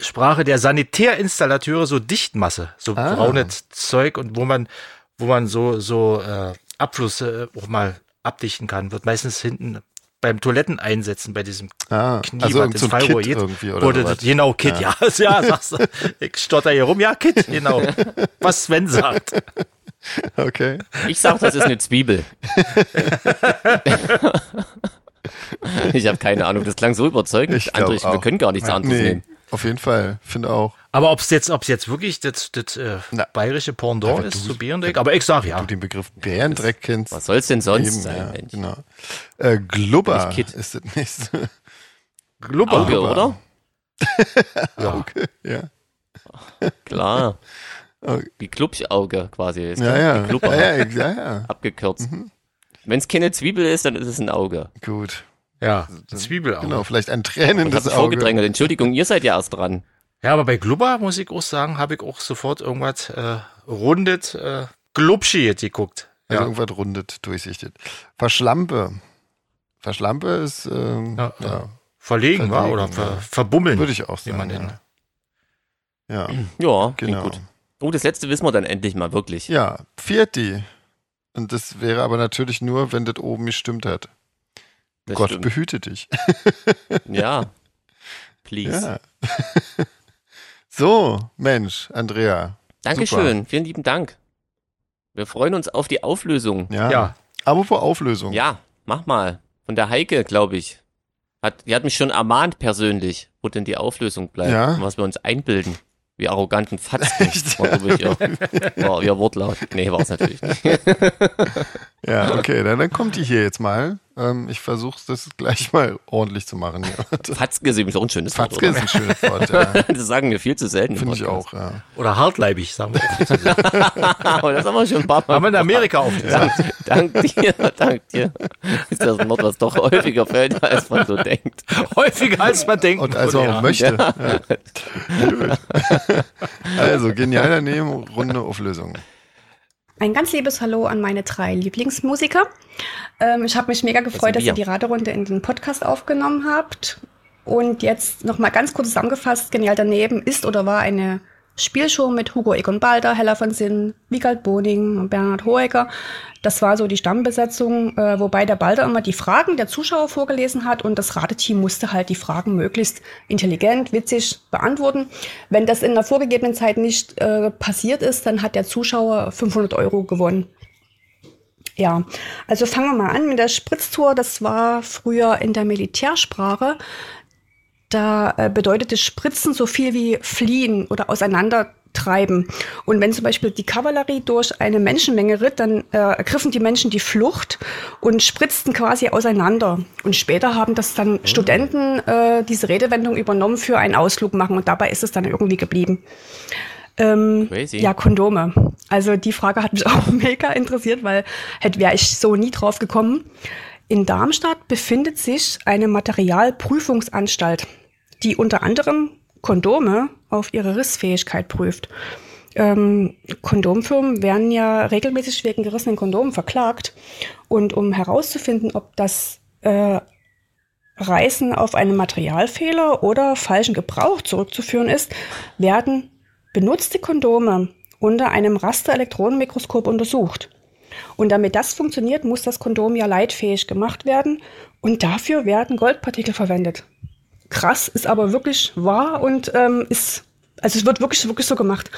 Speaker 4: Sprache der Sanitärinstallateure so Dichtmasse, so
Speaker 1: Ah.
Speaker 4: braunes Zeug und wo man, wo man so, so äh, Abflüsse äh, auch mal abdichten kann, wird meistens hinten beim Toiletten einsetzen, bei diesem
Speaker 1: Ah,
Speaker 4: Knie,
Speaker 1: also
Speaker 4: was
Speaker 1: irgend so
Speaker 4: ins
Speaker 1: ein
Speaker 4: Fallrohr
Speaker 1: Kit
Speaker 4: geht,
Speaker 1: irgendwie oder
Speaker 4: wurde
Speaker 1: sowas.
Speaker 4: das, genau, Kit, ja. ja, sagst du. Ich stotter hier rum, ja, Kit, genau. Was Sven sagt.
Speaker 1: Okay.
Speaker 3: Ich sag, das ist eine Zwiebel. ich habe keine Ahnung. Das klang so überzeugend.
Speaker 1: Ich glaub
Speaker 3: André,
Speaker 1: auch.
Speaker 3: wir können gar nichts anderes
Speaker 1: Nee.
Speaker 3: nehmen.
Speaker 1: Auf jeden Fall, finde auch.
Speaker 4: Aber ob es jetzt, ob's jetzt wirklich das, das äh,
Speaker 1: Na.
Speaker 4: bayerische
Speaker 1: Ja,
Speaker 4: Pendant
Speaker 1: wenn
Speaker 4: ist
Speaker 1: du-
Speaker 4: zu Bierendreck, aber ich sag ja.
Speaker 1: Du den Begriff Bärendreck kennst.
Speaker 3: Was soll's denn sonst
Speaker 1: Eben,
Speaker 3: sein,
Speaker 1: ja,
Speaker 3: Mensch?
Speaker 1: Genau. Äh, Glubber
Speaker 3: Nicht Kid.
Speaker 1: ist das nächste.
Speaker 4: Glubber.
Speaker 3: Auge, oder?
Speaker 1: ja.
Speaker 3: Klar.
Speaker 1: Auge.
Speaker 3: Wie Klubschauge quasi ist.
Speaker 1: Ja,
Speaker 3: ne?
Speaker 1: ja.
Speaker 3: Die Klubber,
Speaker 1: ja, Mhm. ja, ja, ja.
Speaker 3: abgekürzt. Wenn es keine Zwiebel ist, dann ist es ein Auge.
Speaker 1: Gut.
Speaker 4: Ja, Zwiebel auch.
Speaker 1: Genau, vielleicht ein
Speaker 3: Und
Speaker 1: tränendes
Speaker 3: hat
Speaker 1: Auge.
Speaker 3: vorgedrängelt. Entschuldigung, ihr seid ja erst dran.
Speaker 4: Ja, aber bei Glubber, muss ich auch sagen, habe ich auch sofort irgendwas äh, rundet, äh, glubschiert geguckt.
Speaker 1: Also
Speaker 4: Ja.
Speaker 1: irgendwas rundet, durchsichtet. Verschlampe. Verschlampe ist, ähm,
Speaker 4: Ja,
Speaker 1: ja,
Speaker 4: ja. Verlegen, war oder
Speaker 1: Verlegen,
Speaker 4: ver,
Speaker 1: ja.
Speaker 4: verbummeln.
Speaker 1: würde ich auch
Speaker 4: wie man
Speaker 1: sagen. Ja, ja
Speaker 3: Ja, klingt
Speaker 1: genau.
Speaker 3: gut. Oh, das letzte wissen wir dann endlich mal wirklich.
Speaker 1: Ja, Vierti. Und das wäre aber natürlich nur, wenn das oben gestimmt hat.
Speaker 3: Das
Speaker 1: Gott
Speaker 3: stimmt.
Speaker 1: behüte dich.
Speaker 3: Ja. Please.
Speaker 1: Ja. so, Mensch, Andrea.
Speaker 3: Dankeschön. Vielen lieben Dank. Wir freuen uns auf die Auflösung.
Speaker 1: Ja.
Speaker 4: Ja.
Speaker 1: Apropos Auflösung.
Speaker 3: Ja, mach mal. Von der Heike, glaube ich. Hat, die hat mich schon ermahnt persönlich, wo denn die Auflösung bleibt
Speaker 1: Ja.
Speaker 3: und was wir uns einbilden. Wie arroganten Fatzken.
Speaker 1: Echt?
Speaker 3: War, glaub ich, ihr, war ihr Wortlaut. Nee, war es natürlich nicht.
Speaker 1: Ja, okay, dann, dann kommt die hier jetzt mal. Ähm, ich versuche das gleich mal ordentlich zu machen. Hier.
Speaker 3: Fatzke ist übrigens auch ein schönes Wort,
Speaker 1: Fatzke ist ein schönes Wort, ja.
Speaker 3: oder? Das sagen wir viel zu selten. im
Speaker 1: Finde ich
Speaker 3: Podcast.
Speaker 1: auch, ja.
Speaker 4: Oder hartleibig, sagen wir.
Speaker 3: Aber das haben wir schon ein paar Mal
Speaker 4: Haben wir in Amerika aufgesagt.
Speaker 3: Dank dir, dank dir. Ist das ein Wort, was doch häufiger fällt, als man so denkt.
Speaker 4: Häufiger als man denkt.
Speaker 1: Und
Speaker 3: Oh,
Speaker 1: also auch möchte. Ja. Gut. also, genial daneben, runde Auflösung.
Speaker 10: Ein ganz liebes Hallo an meine drei Lieblingsmusiker. Ähm, ich habe mich mega
Speaker 3: sind
Speaker 10: gefreut, dass
Speaker 3: wir.
Speaker 10: ihr die Raderunde in den Podcast aufgenommen habt. Und jetzt nochmal ganz kurz zusammengefasst, genial daneben ist oder war eine Spielshow mit Hugo Egon Balder, Hella von Sinn, Wiegald Boning und Bernhard Hoecker. Das war so die Stammbesetzung, äh, wobei der Balder immer die Fragen der Zuschauer vorgelesen hat und das Rateteam musste halt die Fragen möglichst intelligent, witzig beantworten. Wenn das in der vorgegebenen Zeit nicht äh, passiert ist, dann hat der Zuschauer 500 Euro gewonnen. Ja, also fangen wir mal an mit der Spritztour. Das war früher in der Militärsprache. Da äh, bedeutete Spritzen so viel wie fliehen oder auseinandertreiben. Und wenn zum Beispiel die Kavallerie durch eine Menschenmenge ritt, dann äh, ergriffen die Menschen die Flucht und spritzten quasi auseinander. Und später haben das dann Studenten äh, diese Redewendung übernommen für einen Ausflug machen und dabei ist es dann irgendwie geblieben. Ähm,
Speaker 3: Crazy.
Speaker 10: ja, Kondome. Also die Frage hat mich auch mega interessiert, weil hätte wäre ich so nie drauf gekommen. In Darmstadt befindet sich eine Materialprüfungsanstalt, die unter anderem Kondome auf ihre Rissfähigkeit prüft. Ähm, Kondomfirmen werden ja regelmäßig wegen gerissenen Kondomen verklagt. Und um herauszufinden, ob das äh, Reißen auf einen Materialfehler oder falschen Gebrauch zurückzuführen ist, werden benutzte Kondome unter einem Rasterelektronenmikroskop untersucht. Und damit das funktioniert, muss das Kondom ja leitfähig gemacht werden und dafür werden Goldpartikel verwendet. Krass, ist aber wirklich wahr und ähm, ist, also es wird wirklich, wirklich so gemacht.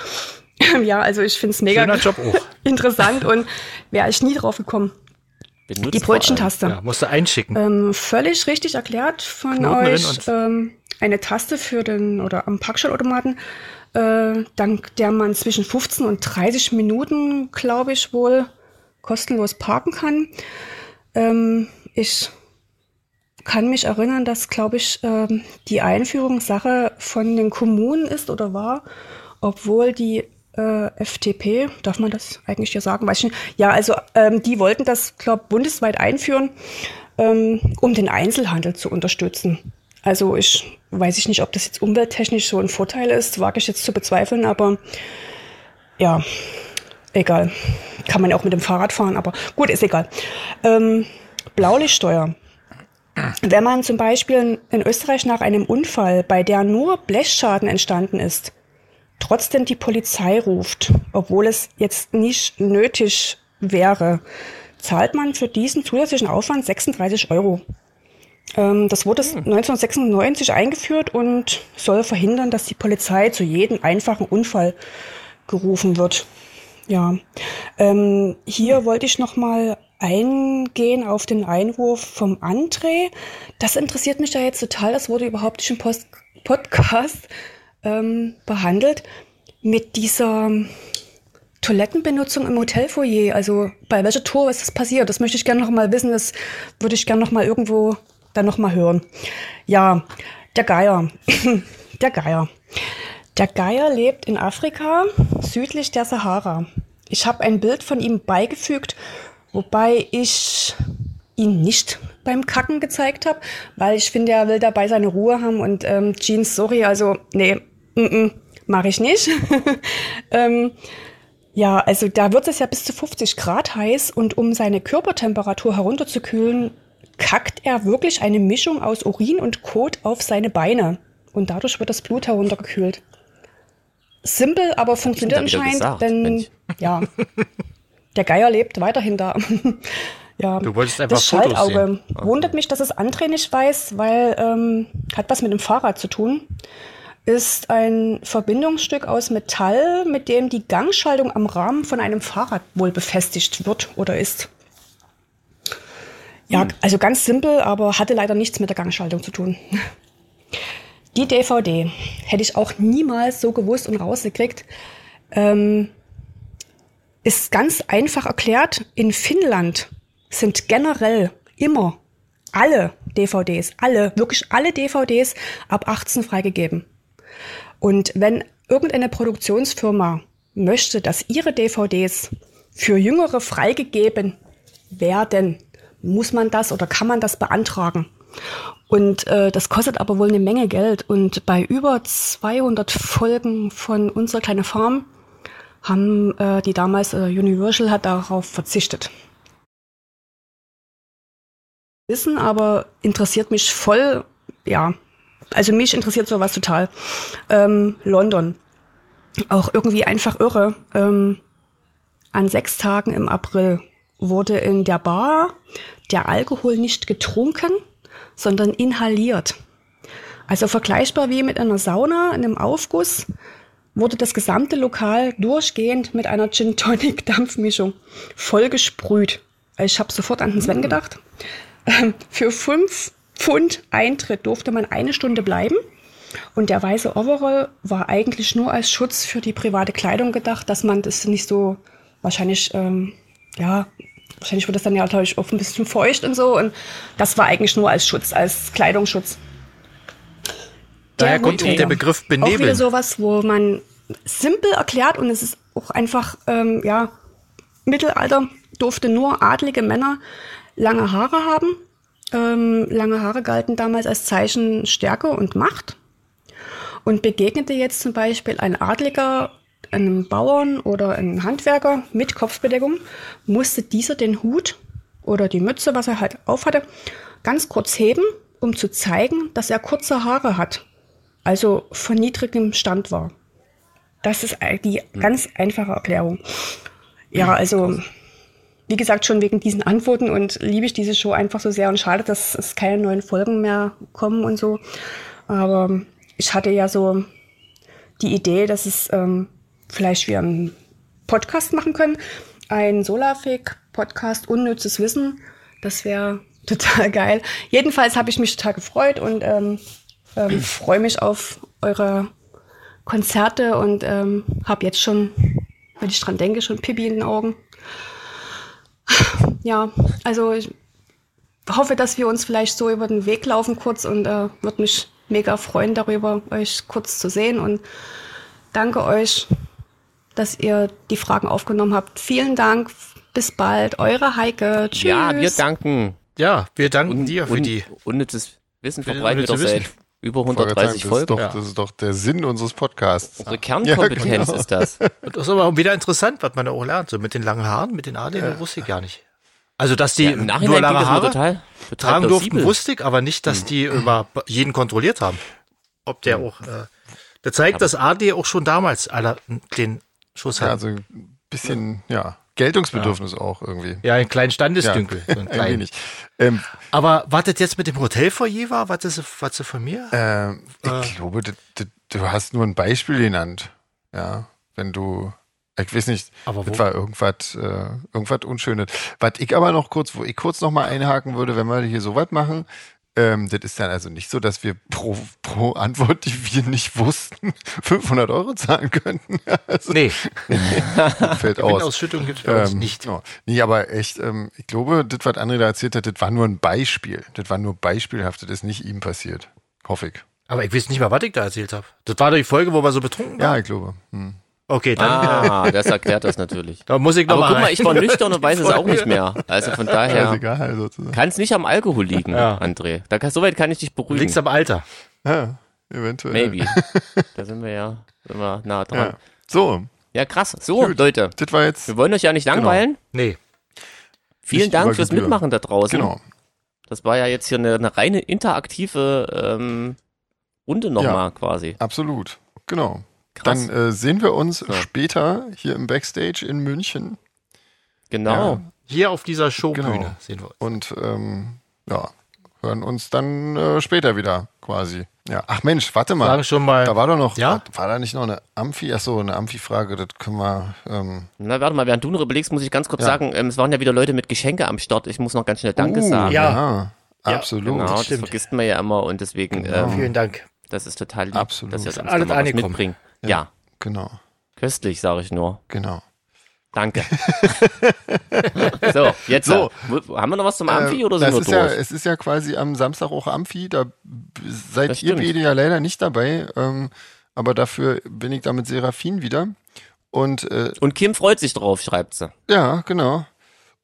Speaker 10: ja, also ich finde es mega
Speaker 4: Schöner Job auch.
Speaker 10: interessant und wäre ich nie drauf gekommen.
Speaker 3: Benutzt
Speaker 10: Die
Speaker 3: vor allem.
Speaker 10: Brötchentaste.
Speaker 4: Ja, musst du einschicken.
Speaker 10: Ähm, völlig richtig erklärt von
Speaker 4: Knoten drin
Speaker 10: euch.
Speaker 4: und-
Speaker 10: Ähm, eine Taste für den oder am Parkschallautomaten, äh, dank der man zwischen 15 und 30 Minuten, glaube ich, wohl kostenlos parken kann. Ähm, ich kann mich erinnern, dass, glaube ich, ähm, die Einführung Sache von den Kommunen ist oder war, obwohl die äh, FDP, darf man das eigentlich hier sagen, weiß ich nicht. Ja, also ähm, die wollten das, glaube ich, bundesweit einführen, ähm, um den Einzelhandel zu unterstützen. Also ich weiß ich nicht, ob das jetzt umwelttechnisch so ein Vorteil ist, wage ich jetzt zu bezweifeln, aber ja, egal. Kann man ja auch mit dem Fahrrad fahren, aber gut, ist egal. Ähm, Blaulichtsteuer. Wenn man zum Beispiel in Österreich nach einem Unfall, bei der nur Blechschaden entstanden ist, trotzdem die Polizei ruft, obwohl es jetzt nicht nötig wäre, zahlt man für diesen zusätzlichen Aufwand 36 Euro. Ähm, das wurde 1996 eingeführt und soll verhindern, dass die Polizei zu jedem einfachen Unfall gerufen wird. Ja, ähm, hier wollte ich noch mal eingehen auf den Einwurf vom André. Das interessiert mich da jetzt total. Das wurde überhaupt nicht im Post Podcast ähm, behandelt, mit dieser Toilettenbenutzung im Hotelfoyer. Also bei welcher Tour ist das passiert? Das möchte ich gerne nochmal wissen. Das würde ich gerne nochmal irgendwo dann nochmal hören. Ja, der Geier. der Geier. Der Geier lebt in Afrika südlich der Sahara. Ich habe ein Bild von ihm beigefügt, wobei ich ihn nicht beim Kacken gezeigt habe, weil ich finde, er will dabei seine Ruhe haben und ähm, Jeans, sorry, also nee, mm -mm, mache ich nicht. ähm, ja, also da wird es ja bis zu 50 Grad heiß und um seine Körpertemperatur herunterzukühlen, kackt er wirklich eine Mischung aus Urin und Kot auf seine Beine und dadurch wird das Blut heruntergekühlt. Simpel, aber funktioniert
Speaker 3: hab ich doch
Speaker 10: anscheinend,
Speaker 3: gesagt,
Speaker 10: denn
Speaker 3: Mensch.
Speaker 10: ja, der Geier lebt weiterhin da. ja,
Speaker 4: Du wolltest einfach
Speaker 10: das
Speaker 4: Fotos Ah.
Speaker 10: Schaltauge. Wundert mich, dass es André nicht weiß, weil ähm, hat was mit dem Fahrrad zu tun. Ist ein Verbindungsstück aus Metall, mit dem die Gangschaltung am Rahmen von einem Fahrrad wohl befestigt wird oder ist.
Speaker 4: Hm.
Speaker 10: Ja, also ganz simpel, aber hatte leider nichts mit der Gangschaltung zu tun. Die DVD hätte ich auch niemals so gewusst und rausgekriegt. Ähm, ist ganz einfach erklärt. In Finnland sind generell immer alle DVDs, alle, wirklich alle DVDs ab 18 freigegeben. Und wenn irgendeine Produktionsfirma möchte, dass ihre DVDs für Jüngere freigegeben werden, muss man das oder kann man das beantragen. Und äh, das kostet aber wohl eine Menge Geld. Und bei über 200 Folgen von Unsere kleine Farm haben äh, die damals äh, Universal hat darauf verzichtet. Wissen, aber interessiert mich voll, ja. Also mich interessiert sowas total. Ähm, London. Auch irgendwie einfach irre. Ähm, an sechs Tagen im April wurde in der Bar der Alkohol nicht getrunken, sondern inhaliert. Also vergleichbar wie mit einer Sauna, einem Aufguss, wurde das gesamte Lokal durchgehend mit einer Gin Tonic Dampfmischung vollgesprüht. Also Ich habe sofort an den Sven gedacht. Ähm, Für fünf Pfund Eintritt durfte man eine Stunde bleiben. Und der weiße Overall war eigentlich nur als Schutz für die private Kleidung gedacht, dass man das nicht so wahrscheinlich, ähm, ja, wahrscheinlich wird das dann ja glaub ich, oft ein bisschen feucht und so. Und das war eigentlich nur als Schutz, als Kleidungsschutz.
Speaker 4: Daher kommt auch
Speaker 10: Wohltäter.
Speaker 4: der Begriff
Speaker 10: Auch wieder
Speaker 4: Benebeln.
Speaker 10: sowas, wo man simpel erklärt und es ist auch einfach, ähm, ja, Mittelalter durfte nur adlige Männer lange Haare haben. Ähm, lange Haare galten damals als Zeichen Stärke und Macht. Und begegnete jetzt zum Beispiel ein Adliger einem Bauern oder einem Handwerker mit Kopfbedeckung, musste dieser den Hut oder die Mütze, was er halt aufhatte, ganz kurz heben, um zu zeigen, dass er kurze Haare hat also von niedrigem Stand war. Das ist ei- die ganz einfache Erklärung. Ja, also wie gesagt, schon wegen diesen Antworten und liebe ich diese Show einfach so sehr und schade, dass es keine neuen Folgen mehr kommen und so. Aber ich hatte ja so die Idee, dass es ähm, vielleicht wir einen Podcast machen können. Ein Solarfake-Podcast, unnützes Wissen. Das wäre total geil. Jedenfalls habe ich mich total gefreut und ähm, ähm, freue mich auf eure Konzerte und ähm, habe jetzt schon, wenn ich dran denke, schon Pipi in den Augen. Ja, also ich hoffe, dass wir uns vielleicht so über den Weg laufen kurz und äh, würde mich mega freuen darüber, euch kurz zu sehen und danke euch, dass ihr die Fragen aufgenommen habt. Vielen Dank, bis bald, eure Heike. Tschüss.
Speaker 3: Ja, wir danken.
Speaker 4: Ja, wir danken
Speaker 3: Un-
Speaker 4: dir für
Speaker 3: un-
Speaker 4: die.
Speaker 3: Unnützes Wissen
Speaker 4: Für die
Speaker 3: verbreiten wir doch
Speaker 4: unnütze
Speaker 3: seit
Speaker 4: Wissen.
Speaker 3: über
Speaker 1: Ich wollte gerade
Speaker 3: 130
Speaker 1: sagen, das, ist
Speaker 3: Folgen.
Speaker 1: doch, das ist doch der Sinn unseres Podcasts.
Speaker 3: Unsere Kernkompetenz
Speaker 1: Ja, genau.
Speaker 3: ist das.
Speaker 4: Das ist aber auch wieder interessant, was man da auch lernt. So mit den langen Haaren, mit den Adligen, wusste ich gar nicht. Also, dass die
Speaker 3: Ja, Im
Speaker 4: nur
Speaker 3: Nachhinein klingt
Speaker 4: lange
Speaker 3: das mal
Speaker 4: Haare
Speaker 3: total, total
Speaker 4: tragen durften,
Speaker 3: plausibel.
Speaker 4: wusste ich, aber nicht, dass die über jeden kontrolliert haben. Ob der auch. Äh, das zeigt, dass Adlige auch schon damals aller den Schuss
Speaker 1: Ja,
Speaker 4: hatten.
Speaker 1: also ein bisschen, ja, Geltungsbedürfnis auch irgendwie.
Speaker 4: Ja, einen kleinen Standesdünkel. so einen
Speaker 1: Ein
Speaker 4: kleinen.
Speaker 1: wenig. Ähm,
Speaker 4: Aber wartet jetzt mit dem Hotelfoyer war, was ist, was ist von mir?
Speaker 1: ähm, ich glaube, du, du, du hast nur ein Beispiel genannt. Ja, wenn du, ich weiß nicht,
Speaker 4: Aber
Speaker 1: das
Speaker 4: wo?
Speaker 1: war irgendwas, äh, irgendwas Unschönes. Was ich aber noch kurz, wo ich kurz noch mal einhaken würde, wenn wir hier so weit machen, Ähm, das ist dann also nicht so, dass wir pro, pro Antwort, die wir nicht wussten, 500 Euro zahlen könnten. Also,
Speaker 4: Nee,
Speaker 1: fällt aus.
Speaker 4: Gewinnausschüttung gibt es bei uns
Speaker 1: Ähm,
Speaker 4: nicht.
Speaker 1: ja. Nee, aber echt, ähm, ich glaube, das, was André da erzählt hat, das war nur ein Beispiel. Das war nur beispielhaft, das ist nicht ihm passiert. Hoffe ich.
Speaker 4: Aber ich weiß nicht mal, was ich da erzählt habe. Das war doch die Folge, wo wir so betrunken waren.
Speaker 1: Ja, ich glaube. Hm.
Speaker 4: Okay, dann
Speaker 3: Ah, das erklärt das natürlich.
Speaker 4: da muss ich noch
Speaker 3: Aber
Speaker 4: mal
Speaker 3: guck mal,
Speaker 4: rein.
Speaker 3: ich war nüchtern und weiß es auch nicht mehr. Also von
Speaker 1: Ja.
Speaker 3: daher
Speaker 1: Egal, also, sozusagen.
Speaker 3: kann es nicht am Alkohol liegen,
Speaker 4: Ja.
Speaker 3: André. Da kann, so weit kann ich dich beruhigen.
Speaker 4: Liegt's am Alter.
Speaker 1: Ja, eventuell.
Speaker 3: Maybe. Da sind wir ja immer nah dran.
Speaker 1: Ja. So,
Speaker 3: Ja, krass. So, Leute.
Speaker 1: das war jetzt.
Speaker 3: Wir wollen euch ja nicht
Speaker 1: Genau.
Speaker 3: langweilen.
Speaker 4: Nee.
Speaker 3: Vielen
Speaker 1: Nicht
Speaker 3: Dank
Speaker 1: über
Speaker 3: fürs
Speaker 1: Gebühr.
Speaker 3: Mitmachen da draußen.
Speaker 1: Genau.
Speaker 3: Das war ja jetzt hier eine, eine reine interaktive ähm, Runde
Speaker 1: Ja.
Speaker 3: nochmal quasi.
Speaker 1: Absolut, genau.
Speaker 3: Krass. Genau.
Speaker 1: Dann äh, sehen wir uns
Speaker 3: Ja.
Speaker 1: später hier im Backstage in München.
Speaker 3: genau.
Speaker 1: äh, Ja.
Speaker 4: Hier auf dieser Showbühne
Speaker 1: Genau.
Speaker 4: sehen wir uns.
Speaker 1: Und ähm, ja, hören uns dann äh, später wieder quasi. Ja. Ach Mensch, warte mal.
Speaker 4: Sagen schon mal-
Speaker 1: Da war doch noch,
Speaker 4: Ja?
Speaker 1: war da nicht noch eine Amphi? Ach so, eine Amphi-Frage, das können wir. Ähm,
Speaker 3: Na, warte mal, während du noch überlegst, muss ich ganz kurz
Speaker 1: Ja.
Speaker 3: sagen, ähm, es waren ja wieder Leute mit Geschenke am Start. Ich muss noch ganz schnell Danke
Speaker 1: uh,
Speaker 3: sagen.
Speaker 1: ja,
Speaker 4: Ja.
Speaker 1: absolut.
Speaker 3: Genau, das,
Speaker 4: stimmt.
Speaker 3: vergisst man ja immer und deswegen, ähm,
Speaker 4: Vielen Dank.
Speaker 3: das ist total lieb,
Speaker 1: Genau. Absolut.
Speaker 3: dass ihr
Speaker 1: Ist
Speaker 3: uns
Speaker 4: alles
Speaker 3: alles was
Speaker 4: angekommen.
Speaker 3: mitbringt. Ja.
Speaker 1: Genau,
Speaker 3: köstlich, sage ich nur.
Speaker 1: genau.
Speaker 3: Danke. so, jetzt
Speaker 1: So. Äh,
Speaker 3: äh, wo- haben wir noch was zum Amphi oder sind
Speaker 1: das
Speaker 3: wir
Speaker 1: ist ja,
Speaker 3: durch?
Speaker 1: es ist ja quasi am Samstag auch Amphi, da b- seid
Speaker 3: Das
Speaker 1: ihr
Speaker 3: stimmt.
Speaker 1: beide ja leider nicht dabei, ähm, aber dafür bin ich da mit Serafin wieder. Und äh,
Speaker 3: und Kim freut sich drauf, schreibt sie.
Speaker 1: ja, genau.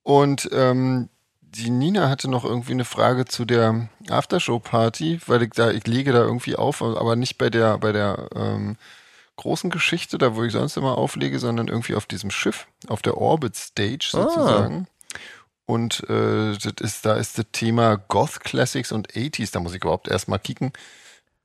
Speaker 1: Und ähm, die Nina hatte noch irgendwie eine Frage zu der Aftershow-Party, weil ich da, ich lege da irgendwie auf, aber nicht bei der, bei der ähm, großen Geschichte, da wo ich sonst immer auflege, sondern irgendwie auf diesem Schiff, auf der Orbit Stage
Speaker 4: Ah.
Speaker 1: sozusagen. Und äh, das ist, da ist das Thema Goth Classics und 80s, da muss ich überhaupt erstmal kicken,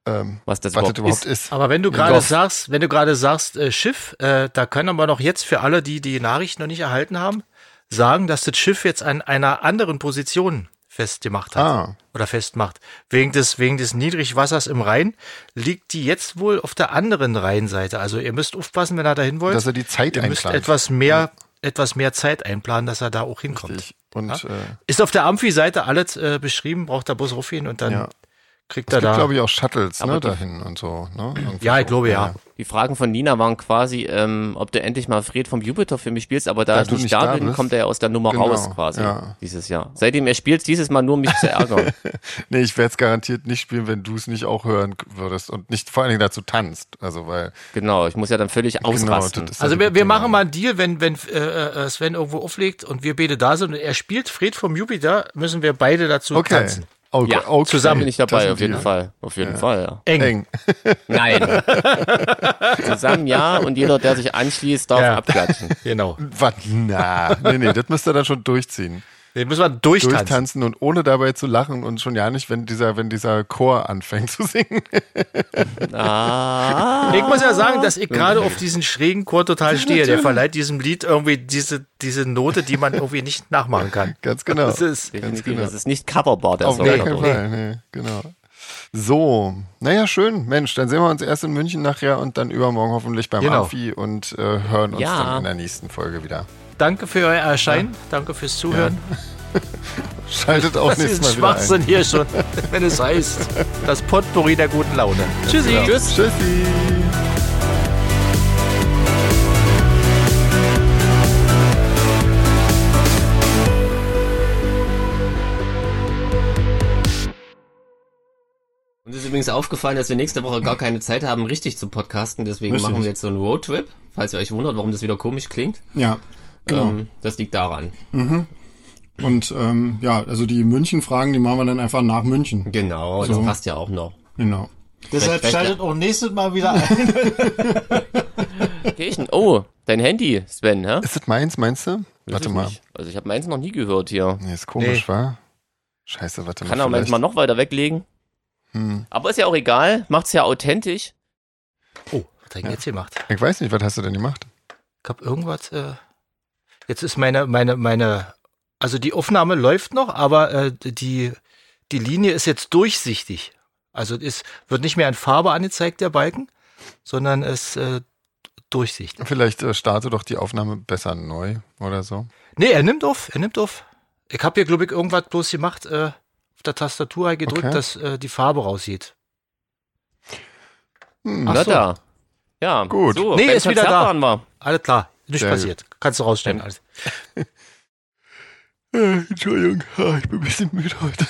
Speaker 1: ähm,
Speaker 3: Was das
Speaker 1: was
Speaker 3: überhaupt,
Speaker 1: das überhaupt
Speaker 3: ist.
Speaker 1: ist.
Speaker 4: Aber wenn du
Speaker 1: Ja,
Speaker 4: gerade
Speaker 1: Goff.
Speaker 4: sagst, wenn du gerade sagst, äh, Schiff, äh, da können wir noch jetzt für alle, die die Nachricht noch nicht erhalten haben, sagen, dass das Schiff jetzt an einer anderen Position festgemacht hat.
Speaker 1: Ah.
Speaker 4: Oder festmacht. Wegen des, wegen des Niedrigwassers im Rhein liegt die jetzt wohl auf der anderen Rheinseite. Also ihr müsst aufpassen, wenn ihr da hin wollt.
Speaker 1: Dass er die Zeit
Speaker 4: ihr müsst
Speaker 1: einplant.
Speaker 4: etwas mehr, etwas mehr Zeit einplanen, dass er da auch hinkommt.
Speaker 1: Und
Speaker 4: Ja?
Speaker 1: äh,
Speaker 4: Ist auf der Amphi-Seite alles äh, beschrieben, braucht der Bus raufgehen und dann
Speaker 1: Ja.
Speaker 4: kriegt
Speaker 1: es
Speaker 4: er
Speaker 1: gibt,
Speaker 4: da.
Speaker 1: glaube ich, auch Shuttles ne,
Speaker 3: Aber die-
Speaker 1: dahin und so. Ne? Irgendwie
Speaker 4: ja, ich
Speaker 1: so.
Speaker 4: glaube ja.
Speaker 3: Die Fragen von Nina waren quasi, ähm, ob du endlich mal Fred vom Jupiter für mich spielst, aber da, ich
Speaker 1: du
Speaker 3: nicht
Speaker 1: nicht
Speaker 3: da
Speaker 1: da
Speaker 3: bin,
Speaker 1: bist.
Speaker 3: kommt er ja aus der Nummer
Speaker 1: Genau,
Speaker 3: raus quasi
Speaker 1: ja.
Speaker 3: dieses Jahr. Seitdem er spielt, dieses Mal nur um mich zu ärgern.
Speaker 1: Nee, ich werde es garantiert nicht spielen, wenn du es nicht auch hören k- würdest und nicht vor allen Dingen dazu tanzt. Also weil genau,
Speaker 3: genau, ich muss ja dann völlig ausrasten.
Speaker 1: das ist
Speaker 4: Also
Speaker 1: ja
Speaker 4: wir,
Speaker 1: das
Speaker 4: wir
Speaker 1: Thema.
Speaker 4: machen mal einen Deal, wenn, wenn äh, äh, Sven irgendwo auflegt und wir beide da sind und er spielt Fred vom Jupiter, müssen wir beide dazu
Speaker 1: okay.
Speaker 4: tanzen.
Speaker 1: Okay,
Speaker 3: ja,
Speaker 1: okay.
Speaker 3: zusammen bin ich
Speaker 1: Das ist
Speaker 3: dabei,
Speaker 1: ein
Speaker 3: auf jeden
Speaker 1: Deal.
Speaker 3: Fall. Auf jeden Fall, ja.
Speaker 4: Eng.
Speaker 1: Eng.
Speaker 3: Nein. zusammen ja und jeder, der sich anschließt, darf
Speaker 4: Ja.
Speaker 3: abklatschen.
Speaker 4: Genau.
Speaker 1: Was? Na, nee, nee, das müsst ihr dann schon durchziehen.
Speaker 4: Den müssen wir durchtanzen.
Speaker 1: Durchtanzen und ohne dabei zu lachen und schon ja nicht, wenn dieser, wenn dieser Chor anfängt zu singen.
Speaker 3: Ah,
Speaker 4: Ich muss ja sagen, dass
Speaker 1: Hm.
Speaker 4: ich gerade auf diesen schrägen Chor total stehe. Der verleiht diesem Lied irgendwie diese, diese Note, die man irgendwie nicht nachmachen kann.
Speaker 1: Ganz genau.
Speaker 4: Das ist,
Speaker 3: definitiv. Das ist nicht coverbar, der
Speaker 1: Auf
Speaker 3: Song.
Speaker 1: gar keinen
Speaker 3: dadurch.
Speaker 1: Fall, nee, genau. So, naja, schön. Mensch, dann sehen wir uns erst in München nachher und dann übermorgen hoffentlich beim
Speaker 4: Genau.
Speaker 1: Amphi und äh, hören uns
Speaker 3: Ja.
Speaker 1: dann in der nächsten Folge wieder.
Speaker 4: danke für euer Erscheinen, danke fürs Zuhören.
Speaker 1: Schaltet auch
Speaker 4: Das
Speaker 1: nächstes Mal
Speaker 4: ist
Speaker 1: wieder ein.
Speaker 4: Schwachsinn hier schon, wenn es heißt, das Potpourri der guten Laune. Tschüssi.
Speaker 1: Genau.
Speaker 3: Tschüss.
Speaker 1: Tschüssi.
Speaker 9: Uns ist übrigens aufgefallen, dass wir nächste Woche gar keine Zeit haben, richtig zu podcasten. Deswegen
Speaker 7: Richtig.
Speaker 9: machen wir jetzt so einen Roadtrip. Falls ihr euch wundert, warum das wieder komisch klingt.
Speaker 7: Ja, genau. Mhm.
Speaker 9: Ähm, das liegt daran.
Speaker 7: Und ähm, ja, also die München-Fragen, die machen wir dann einfach nach München.
Speaker 9: Genau, das passt ja auch noch.
Speaker 7: Genau.
Speaker 2: Deshalb
Speaker 9: Vielleicht-
Speaker 2: schaltet auch nächstes Mal wieder ein.
Speaker 3: Kirchen. Oh, dein Handy, Sven, hä?
Speaker 1: Ist das meins, meinst du? Warte
Speaker 3: ich
Speaker 1: mal.
Speaker 3: nicht. Also ich habe meins noch nie gehört hier.
Speaker 1: Nee, ist komisch, wa? Scheiße, warte
Speaker 3: Kann
Speaker 1: mal.
Speaker 3: er manchmal noch weiter weglegen.
Speaker 1: Hm.
Speaker 3: Aber ist ja auch egal, macht's ja authentisch.
Speaker 4: Oh, was hat er denn jetzt gemacht?
Speaker 1: Ich weiß nicht, was hast du denn gemacht?
Speaker 4: Ich hab irgendwas. Äh, jetzt ist meine, meine, meine. Also die Aufnahme läuft noch, aber äh, die, die Linie ist jetzt durchsichtig. Also es ist, wird nicht mehr in Farbe angezeigt, der Balken, sondern es äh, durchsichtig.
Speaker 1: Vielleicht äh, starte doch die Aufnahme besser neu oder so.
Speaker 4: Nee, er nimmt auf, er nimmt auf. Ich habe hier, glaube ich, irgendwas bloß gemacht äh, auf
Speaker 2: der Tastatur gedrückt,
Speaker 1: Okay.
Speaker 2: dass äh, die Farbe raussieht.
Speaker 1: Hm,
Speaker 2: Ach
Speaker 3: Na
Speaker 2: so.
Speaker 3: da. Ja,
Speaker 1: Gut.
Speaker 3: So,
Speaker 2: Nee,
Speaker 3: beim
Speaker 2: ist wieder
Speaker 3: Konzert
Speaker 2: da.
Speaker 3: waren wir.
Speaker 2: Alles klar, nicht
Speaker 1: Sehr
Speaker 2: passiert. Kannst du rausstellen. Alles.
Speaker 1: Äh, Entschuldigung, Ah, ich bin ein bisschen müde heute.